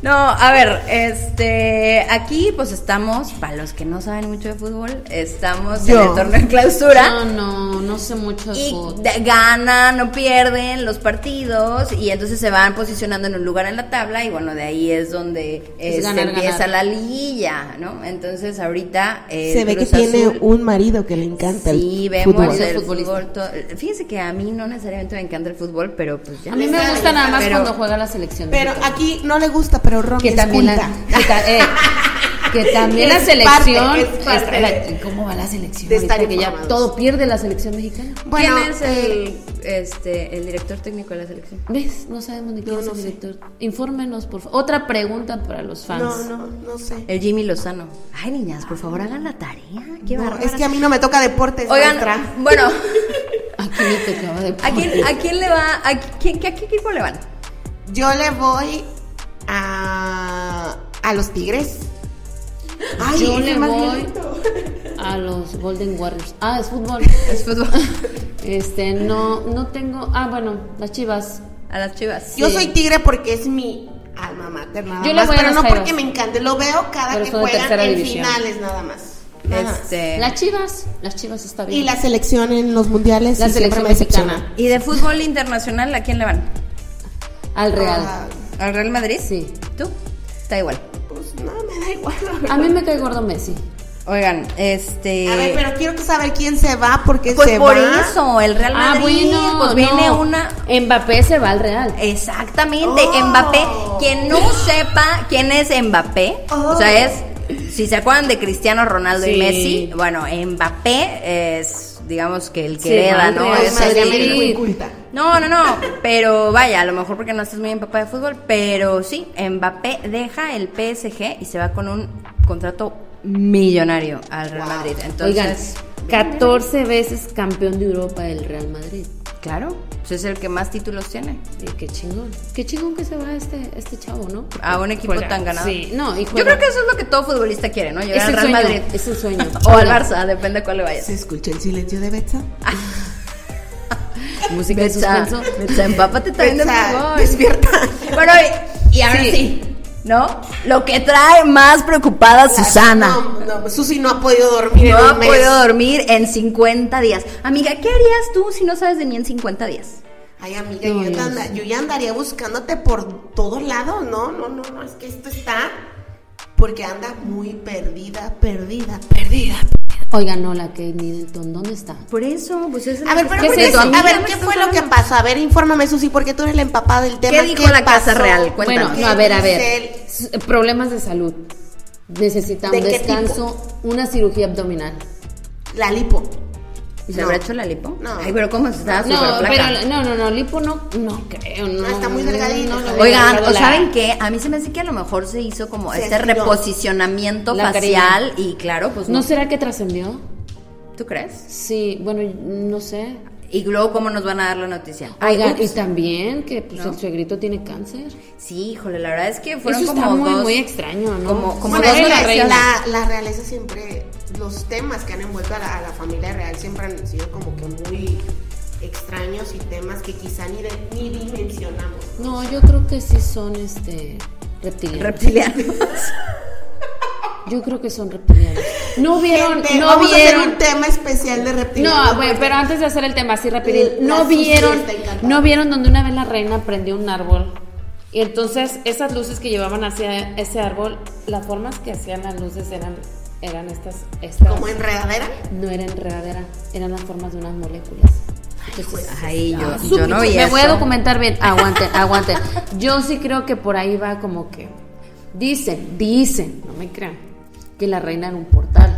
Speaker 1: No, a ver, este, aquí pues estamos, para los que no saben mucho de fútbol, estamos
Speaker 3: Yo.
Speaker 1: en el torneo de clausura.
Speaker 2: no, no, no sé mucho de
Speaker 1: Y
Speaker 2: fútbol.
Speaker 1: de- ganan o pierden los partidos y entonces se van posicionando en un lugar en la tabla y bueno, de ahí es donde este,
Speaker 2: ganar,
Speaker 1: empieza
Speaker 2: ganar.
Speaker 1: la liguilla, ¿no? Entonces ahorita... eh,
Speaker 3: Se ve que
Speaker 1: Cruz
Speaker 3: tiene
Speaker 1: Azul-
Speaker 3: un marido que le encanta
Speaker 1: Sí,
Speaker 3: el
Speaker 1: vemos
Speaker 3: fútbol.
Speaker 1: el
Speaker 2: Futbolista.
Speaker 1: fútbol. todo- Fíjense que a mí no necesariamente me encanta el fútbol, pero pues ya...
Speaker 2: A mí
Speaker 3: Está
Speaker 2: me
Speaker 3: bien,
Speaker 2: gusta nada más
Speaker 1: pero-
Speaker 2: cuando juega la selección.
Speaker 3: Pero
Speaker 2: mexicana.
Speaker 3: aquí no le gusta, pero Romy
Speaker 2: que
Speaker 3: es
Speaker 2: también la,
Speaker 3: culta.
Speaker 2: que, ta- eh, que también la
Speaker 3: Es parte,
Speaker 2: selección
Speaker 3: es parte
Speaker 2: es-
Speaker 3: de-
Speaker 2: cómo va la selección
Speaker 3: de estar
Speaker 2: ahorita que ya
Speaker 3: informados.
Speaker 2: todo pierde la selección mexicana
Speaker 3: Bueno,
Speaker 1: ¿Quién es
Speaker 3: eh,
Speaker 1: el, este, el director técnico de la selección?
Speaker 2: ves no sabemos ni quién
Speaker 3: No,
Speaker 2: es
Speaker 3: no
Speaker 2: el
Speaker 3: sé.
Speaker 2: director infórmenos por favor otra pregunta para los fans Eh,
Speaker 3: no, no, no sé.
Speaker 1: El Jimmy Lozano. Ay, niñas, por favor, hagan la tarea. Qué
Speaker 3: No,
Speaker 1: bárbaro.
Speaker 3: es que a mí no me toca deportes. maestra.
Speaker 1: Oigan, bueno,
Speaker 2: aquí ni te acaba de
Speaker 1: ¿a quién,
Speaker 2: poner.
Speaker 1: a quién le va? ¿A quién, qué- a qué equipo le van?
Speaker 3: yo le voy a, a los tigres. Ay,
Speaker 2: yo
Speaker 3: ese
Speaker 2: le
Speaker 3: más
Speaker 2: voy
Speaker 3: violento.
Speaker 2: a los Golden Warriors ah es fútbol
Speaker 1: Es fútbol.
Speaker 2: este no no tengo ah bueno las Chivas
Speaker 1: A las chivas.
Speaker 3: Yo
Speaker 2: Sí.
Speaker 3: soy tigre porque es mi alma mater, nada
Speaker 2: Yo le
Speaker 3: más.
Speaker 2: voy a
Speaker 3: pero
Speaker 2: los
Speaker 3: no
Speaker 2: Jaivas.
Speaker 3: porque me encante. Lo veo cada
Speaker 2: Pero
Speaker 3: que
Speaker 2: son de
Speaker 3: juegan
Speaker 2: tercera
Speaker 3: en
Speaker 2: división.
Speaker 3: finales, nada más. Nada más.
Speaker 1: Este,
Speaker 2: las Chivas las Chivas está bien
Speaker 3: Eh. Y la selección en los mundiales.
Speaker 2: La
Speaker 3: sí, siempre
Speaker 2: selección
Speaker 3: me decepciona.
Speaker 2: mexicana.
Speaker 1: ¿Y de fútbol internacional a quién le van?
Speaker 2: al Real
Speaker 3: Ah,
Speaker 1: ¿Al Real Madrid?
Speaker 2: Sí.
Speaker 1: ¿Tú? Está igual.
Speaker 3: pues no, me da igual. la verdad.
Speaker 2: a mí me cae gordo Messi
Speaker 1: Oigan, este.
Speaker 3: A ver, pero quiero que saber quién se va, porque
Speaker 1: pues
Speaker 3: se
Speaker 1: por
Speaker 3: va.
Speaker 1: eso, el Real
Speaker 2: Ah,
Speaker 1: Madrid.
Speaker 2: bueno,
Speaker 1: pues viene
Speaker 2: no.
Speaker 1: una.
Speaker 2: Mbappé se va al Real.
Speaker 1: Exactamente,
Speaker 3: Oh.
Speaker 1: Mbappé. Quien no sepa quién es Mbappé, o sea, es. Si se acuerdan de Cristiano Ronaldo y
Speaker 2: Oh. Sí.
Speaker 1: Messi, bueno, Mbappé es, digamos que el que
Speaker 2: Sí,
Speaker 1: hereda,
Speaker 2: Real
Speaker 1: ¿no?
Speaker 2: Madrid.
Speaker 1: Es el
Speaker 3: Madre,
Speaker 2: Madrid.
Speaker 3: me
Speaker 1: que-
Speaker 3: eres muy culta.
Speaker 1: No, no, no, pero vaya, a lo mejor porque no estás muy empapado de fútbol, pero sí, Mbappé deja el PSG y se va con un contrato millonario al Real
Speaker 3: Wow.
Speaker 1: Madrid. Entonces,
Speaker 2: Oigan, 14 veces campeón de Europa el Real Madrid.
Speaker 1: claro, pues es el que más títulos tiene.
Speaker 2: Eh, qué chingón. Qué chingón que se va este, este chavo, ¿no? Porque
Speaker 1: A un equipo
Speaker 2: juega.
Speaker 1: tan ganado.
Speaker 2: Sí, no, y
Speaker 1: Ah, Yo
Speaker 2: juega.
Speaker 1: creo que eso es lo que todo futbolista quiere, ¿no? Llegar
Speaker 2: Es
Speaker 1: al
Speaker 2: el
Speaker 1: Real
Speaker 2: sueño,
Speaker 1: Madrid.
Speaker 2: es el sueño.
Speaker 1: O al Barça, depende a cuál le vayas.
Speaker 3: ¿Se escucha el silencio de Betsa?
Speaker 2: música de
Speaker 1: Betsa,
Speaker 2: suspenso.
Speaker 1: Betsa, empápate también de
Speaker 3: Betsa,
Speaker 1: fútbol.
Speaker 3: despierta.
Speaker 1: Bueno, y, y ahora sí.
Speaker 2: Sí.
Speaker 1: ¿no? Lo que trae más preocupada a Susana.
Speaker 3: No, no, Susi no ha podido dormir
Speaker 1: No
Speaker 3: en
Speaker 1: ha
Speaker 3: un mes.
Speaker 1: podido dormir en 50 días. Amiga, ¿qué harías tú si no sabes de mí en 50 días?
Speaker 3: Ay, amiga,
Speaker 2: No,
Speaker 3: yo,
Speaker 2: yo
Speaker 3: te
Speaker 2: no
Speaker 3: anda-
Speaker 2: sé.
Speaker 3: yo ya andaría buscándote por todos lados. No, no, no, no, es que esto está... Porque anda muy perdida, perdida, perdida, perdida.
Speaker 2: Hoy ganó la Kate Middleton, ¿dónde está?
Speaker 1: Por eso, pues es
Speaker 3: A ver, pero
Speaker 2: ¿Qué
Speaker 3: ¿por
Speaker 2: es
Speaker 3: qué-
Speaker 2: eso? A mí ya
Speaker 3: a ver,
Speaker 2: me
Speaker 3: ¿qué
Speaker 2: estás
Speaker 3: fue lo que
Speaker 2: hablando.
Speaker 3: pasó? A ver, infórmame, Susi, porque tú eres la empapada del tema.
Speaker 6: ¿Qué dijo la Casa
Speaker 3: pasó?
Speaker 6: Real? Cuéntanos.
Speaker 2: Bueno, no, a ver, a ver.
Speaker 3: Giselle.
Speaker 2: S- eh, Problemas de salud. Necesita un
Speaker 3: ¿De qué
Speaker 2: descanso, una cirugía abdominal.
Speaker 3: La lipo.
Speaker 1: ¿Y se
Speaker 3: No.
Speaker 1: habrá hecho la lipo?
Speaker 3: No.
Speaker 1: Ay, pero ¿cómo estaba
Speaker 2: No,
Speaker 1: súper
Speaker 2: pero
Speaker 1: flaca?
Speaker 2: no, no, no, lipo no, no creo, no.
Speaker 3: No, Ah, está muy delgadita.
Speaker 2: no, no, no,
Speaker 1: Oigan,
Speaker 2: no,
Speaker 1: ¿o
Speaker 2: la-
Speaker 1: ¿saben qué? A mí se me hace que a lo mejor se hizo como
Speaker 3: Se
Speaker 1: este
Speaker 3: estiró.
Speaker 1: reposicionamiento
Speaker 2: La
Speaker 1: facial y claro, pues no.
Speaker 2: ¿No será que trascendió?
Speaker 1: ¿Tú crees?
Speaker 2: Sí, bueno, no sé.
Speaker 1: Y luego, ¿cómo nos van a dar la noticia? Ay,
Speaker 2: Oigan, y
Speaker 1: ups.
Speaker 2: también que pues,
Speaker 1: No.
Speaker 2: el suegrito tiene cáncer.
Speaker 1: Sí, híjole, la verdad es que fueron
Speaker 2: Eso
Speaker 1: como
Speaker 2: está muy,
Speaker 1: dos-
Speaker 2: muy extraño, ¿no?
Speaker 1: como- como
Speaker 3: Bueno,
Speaker 1: dos
Speaker 3: es que la,
Speaker 1: noticias.
Speaker 3: la, la realeza siempre, los temas que han envuelto a la, a la familia real siempre han sido como que muy extraños y temas que quizá ni, de- ni dimensionamos.
Speaker 2: No, yo creo que sí son este reptilianos.
Speaker 1: reptilianos.
Speaker 2: yo creo que son reptilianos. No vieron,
Speaker 3: Gente,
Speaker 2: no
Speaker 3: vamos a hacer
Speaker 2: vieron.
Speaker 3: un tema especial de reptiles.
Speaker 2: No, güey, pero antes de hacer el tema así rapidito,
Speaker 3: La
Speaker 2: no
Speaker 3: Susi
Speaker 2: vieron,
Speaker 3: está encantada.
Speaker 2: no vieron donde una vez la reina prendió un árbol. Y entonces esas luces que llevaban hacia ese árbol, las formas que hacían las luces eran eran estas estas
Speaker 3: Como enredadera.
Speaker 2: no era enredadera, eran las formas de unas moléculas.
Speaker 1: Ay, yo,
Speaker 2: Su
Speaker 1: yo no
Speaker 2: pinche-
Speaker 1: vi
Speaker 2: Pues, Ah, Me
Speaker 1: eso.
Speaker 2: voy a documentar bien. Aguanten, aguanten. Yo sí creo que por ahí va como que. Dicen, dicen, no me crean, que la reina era un portal.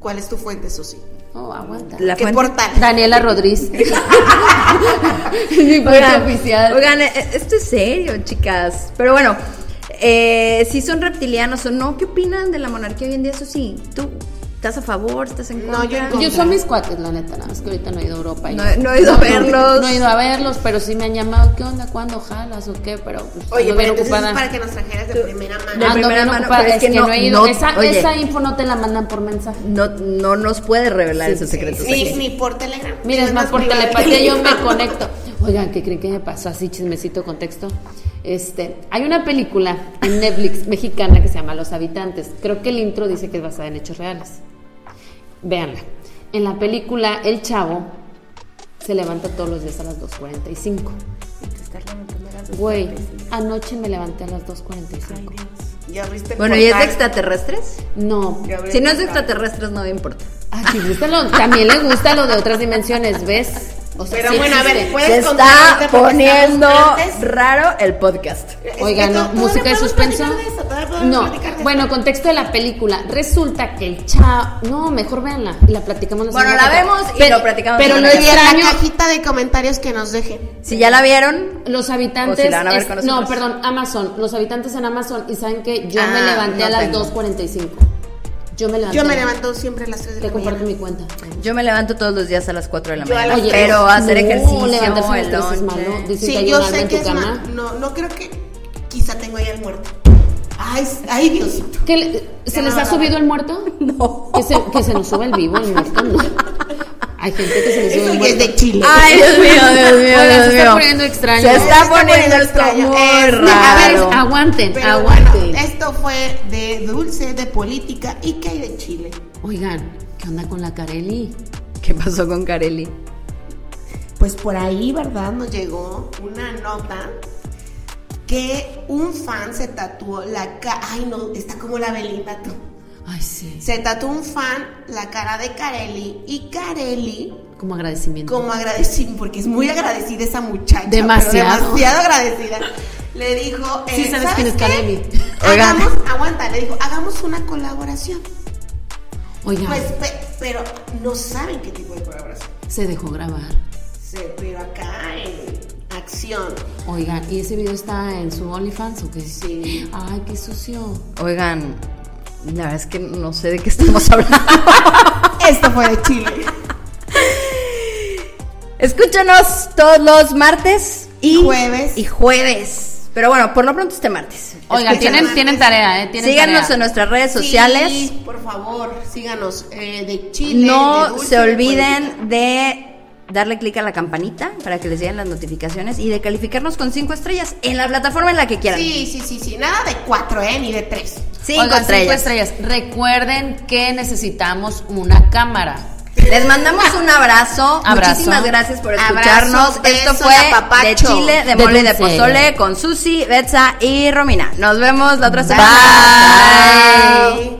Speaker 3: ¿Cuál es tu fuente, Susi?
Speaker 2: Oh, aguanta.
Speaker 1: La
Speaker 3: ¿Qué
Speaker 1: fuente-
Speaker 3: portal?
Speaker 2: Daniela Rodríguez. Mi fuente
Speaker 1: Oigan,
Speaker 2: oficial.
Speaker 1: oigan, eh, esto es serio, chicas. Pero bueno, eh, si son reptilianos o no, ¿qué opinan de la monarquía hoy en día? Eso sí, ¿tú estás a favor? ¿Estás en
Speaker 3: No,
Speaker 1: contra?
Speaker 3: yo en contra.
Speaker 2: yo soy mis cuates, la neta, nada más que ahorita no he ido a Europa.
Speaker 1: No- no he ido a verlos.
Speaker 2: No, he ido a verlos, pero sí me han llamado. ¿Qué onda? ¿Cuándo jalas o qué? Pero pues,
Speaker 3: Oye,
Speaker 2: ando bien
Speaker 3: pero entonces
Speaker 2: ocupada.
Speaker 3: es para que nos trajeras de primera
Speaker 1: de
Speaker 3: mano.
Speaker 2: Ando
Speaker 1: primera
Speaker 2: bien
Speaker 1: mano,
Speaker 2: ocupada,
Speaker 1: pero
Speaker 2: es que no, he ido.
Speaker 1: no,
Speaker 2: esa,
Speaker 1: oye.
Speaker 2: esa info no te la mandan por mensaje.
Speaker 1: No, no nos puede revelar
Speaker 2: Sí,
Speaker 1: esos
Speaker 2: sí,
Speaker 1: secretos.
Speaker 3: Ni,
Speaker 1: aquí.
Speaker 3: ni por Telegram.
Speaker 2: Mira, es más por
Speaker 3: privado.
Speaker 2: telepatía yo me conecto. Oigan, ¿qué creen que me pasó? Así chismecito, contexto. Este, hay una película en Netflix mexicana que se llama Los Habitantes. Creo que el intro dice que es basada en hechos reales. Véanla. En la película, el chavo se levanta todos los días a las 2.45. Güey, anoche me levanté a las 2.45.
Speaker 3: ¿Ya abriste el
Speaker 1: Bueno, ¿y es de
Speaker 3: portal?
Speaker 1: extraterrestres?
Speaker 2: No,
Speaker 3: Ya abriste
Speaker 1: Si no
Speaker 3: el
Speaker 1: es de
Speaker 3: portal.
Speaker 1: extraterrestres, no me importa.
Speaker 2: Ah, sí, gusta lo- también le gusta lo de otras dimensiones, ¿ves? O sea,
Speaker 3: Pero
Speaker 2: sí
Speaker 3: bueno, a ver,
Speaker 2: existe.
Speaker 3: ¿puedes
Speaker 1: Se
Speaker 3: contarnos
Speaker 1: está
Speaker 3: de por qué
Speaker 1: poniendo
Speaker 3: estamos antes?
Speaker 1: raro el podcast.
Speaker 3: Es
Speaker 2: Oiga,
Speaker 3: que
Speaker 2: no,
Speaker 3: to- todavía
Speaker 2: música de
Speaker 3: podemos
Speaker 2: suspenso.
Speaker 3: platicar de eso, todavía podemos
Speaker 2: No,
Speaker 3: platicar de eso.
Speaker 2: bueno, contexto de la película. Resulta que el chavo. No, mejor véanla y la platicamos la
Speaker 1: Bueno,
Speaker 2: semana
Speaker 1: la
Speaker 2: que-
Speaker 1: vemos y lo platicamos
Speaker 2: Pero
Speaker 1: la
Speaker 2: lo
Speaker 1: semana
Speaker 3: Y en
Speaker 2: extraño,
Speaker 3: la cajita de comentarios que nos dejen.
Speaker 1: Si ya la vieron,
Speaker 2: los
Speaker 1: O si
Speaker 2: habitantes.
Speaker 1: la van a ver con
Speaker 2: no,
Speaker 1: nosotros.
Speaker 2: perdón, Amazon. Los habitantes en Amazon. Y saben que yo me
Speaker 1: Ah,
Speaker 2: levanté
Speaker 1: no
Speaker 2: a las
Speaker 1: tengo.
Speaker 2: 2.45. Yo me levanté.
Speaker 3: Yo me
Speaker 2: a las-
Speaker 3: levanto siempre a las 3 de
Speaker 2: Te
Speaker 3: la
Speaker 2: comparto
Speaker 3: mañana.
Speaker 2: mi cuenta.
Speaker 1: yo me levanto todos los días a las 4 de la
Speaker 3: Yo a
Speaker 1: mañana.
Speaker 3: las
Speaker 1: pero
Speaker 2: tres.
Speaker 1: hacer
Speaker 2: No,
Speaker 1: ejercicio,
Speaker 2: levantarse a
Speaker 1: el
Speaker 2: las tres es
Speaker 1: lonche.
Speaker 2: malo. Dicen que
Speaker 3: Sí,
Speaker 2: hay
Speaker 3: yo
Speaker 2: un alma
Speaker 3: sé
Speaker 2: en
Speaker 3: que
Speaker 2: tu
Speaker 3: es
Speaker 2: cama.
Speaker 3: ma- No, no creo que quizá tengo ahí el muerto. Ay, s- ay Diosito.
Speaker 2: ¿Qué le- ¿Se
Speaker 3: Ya
Speaker 2: les
Speaker 3: no
Speaker 2: ha
Speaker 3: la-
Speaker 2: subido el muerto?
Speaker 1: No.
Speaker 2: Que se, que se nos suba el vivo, el muerto no. Hay gente que se le sube
Speaker 3: Eso
Speaker 2: el
Speaker 3: ya es
Speaker 2: muerto.
Speaker 3: de Chile.
Speaker 1: Ay, Dios mío, Dios mío,
Speaker 2: Oigan,
Speaker 1: Dios
Speaker 2: se está
Speaker 1: mío.
Speaker 2: poniendo extraño.
Speaker 1: Se
Speaker 2: Se
Speaker 1: está,
Speaker 3: está
Speaker 1: poniendo
Speaker 3: poniendo
Speaker 1: esto
Speaker 3: extraño.
Speaker 1: muy
Speaker 3: Es-
Speaker 2: Eh, A ver,
Speaker 1: raro.
Speaker 2: aguanten,
Speaker 3: Pero
Speaker 2: aguanten.
Speaker 3: bueno, esto fue de dulce, de política y que hay de Chile.
Speaker 2: Oigan, ¿qué onda con la Carelli?
Speaker 1: ¿Qué pasó con Carelli?
Speaker 3: Pues por ahí, ¿verdad? Nos llegó una nota que un fan se tatuó la cara. Ay, no, está como la Belinda tú.
Speaker 2: Ay, sí.
Speaker 3: Se tatuó un fan la cara de Carelli y Carelli,
Speaker 2: Como agradecimiento.
Speaker 3: como agradecido, porque es muy agradecida esa muchacha. pero
Speaker 2: Demasiado.
Speaker 3: demasiado agradecida. Le dijo.
Speaker 2: Sí,
Speaker 3: eh,
Speaker 2: sabes quién es
Speaker 3: qué?
Speaker 2: Carelli.
Speaker 1: Oigan.
Speaker 3: Hagamos, aguanta, le dijo, hagamos una colaboración.
Speaker 2: Oigan,
Speaker 3: Pues, pe- pero no saben qué tipo de colaboración.
Speaker 2: se dejó grabar.
Speaker 3: Se- pero acá en acción.
Speaker 2: Oigan, ¿y ese video está en su OnlyFans o qué?
Speaker 3: Sí.
Speaker 2: Ay, qué sucio.
Speaker 1: Oigan, la verdad es que no sé de qué estamos hablando.
Speaker 3: Esto fue de Chile.
Speaker 1: Escúchanos todos los martes y
Speaker 3: Jueves.
Speaker 1: Y jueves. Pero bueno, por lo pronto este martes.
Speaker 2: Oigan,
Speaker 1: Escúchanos.
Speaker 2: tienen, tienen tarea, ¿eh? Tienen
Speaker 1: Síganos
Speaker 2: tarea.
Speaker 1: en nuestras redes sociales.
Speaker 3: Sí, por favor, síganos. eh, de Chile. de
Speaker 1: No
Speaker 3: dulce,
Speaker 1: se
Speaker 3: de
Speaker 1: olviden de darle clic a la campanita para que les lleguen las notificaciones y de calificarnos con cinco estrellas en la plataforma en la que
Speaker 3: política.
Speaker 1: quieran.
Speaker 3: Sí, sí, sí, sí. Nada de cuatro, ¿eh? Ni de tres.
Speaker 1: Cinco
Speaker 2: Oigan,
Speaker 1: estrellas.
Speaker 2: Recuerden que necesitamos una cámara.
Speaker 1: Les mandamos un abrazo.
Speaker 2: Abrazo.
Speaker 1: Muchísimas gracias por
Speaker 3: Abrazo,
Speaker 1: escucharnos. Esto
Speaker 3: beso
Speaker 1: fue
Speaker 3: y apapacho.
Speaker 1: de Chile, de
Speaker 2: De
Speaker 1: Mole y de
Speaker 2: dulce.
Speaker 1: Pozole con Susi, Betsa y Romina. Nos vemos la otra semana.
Speaker 3: Bye.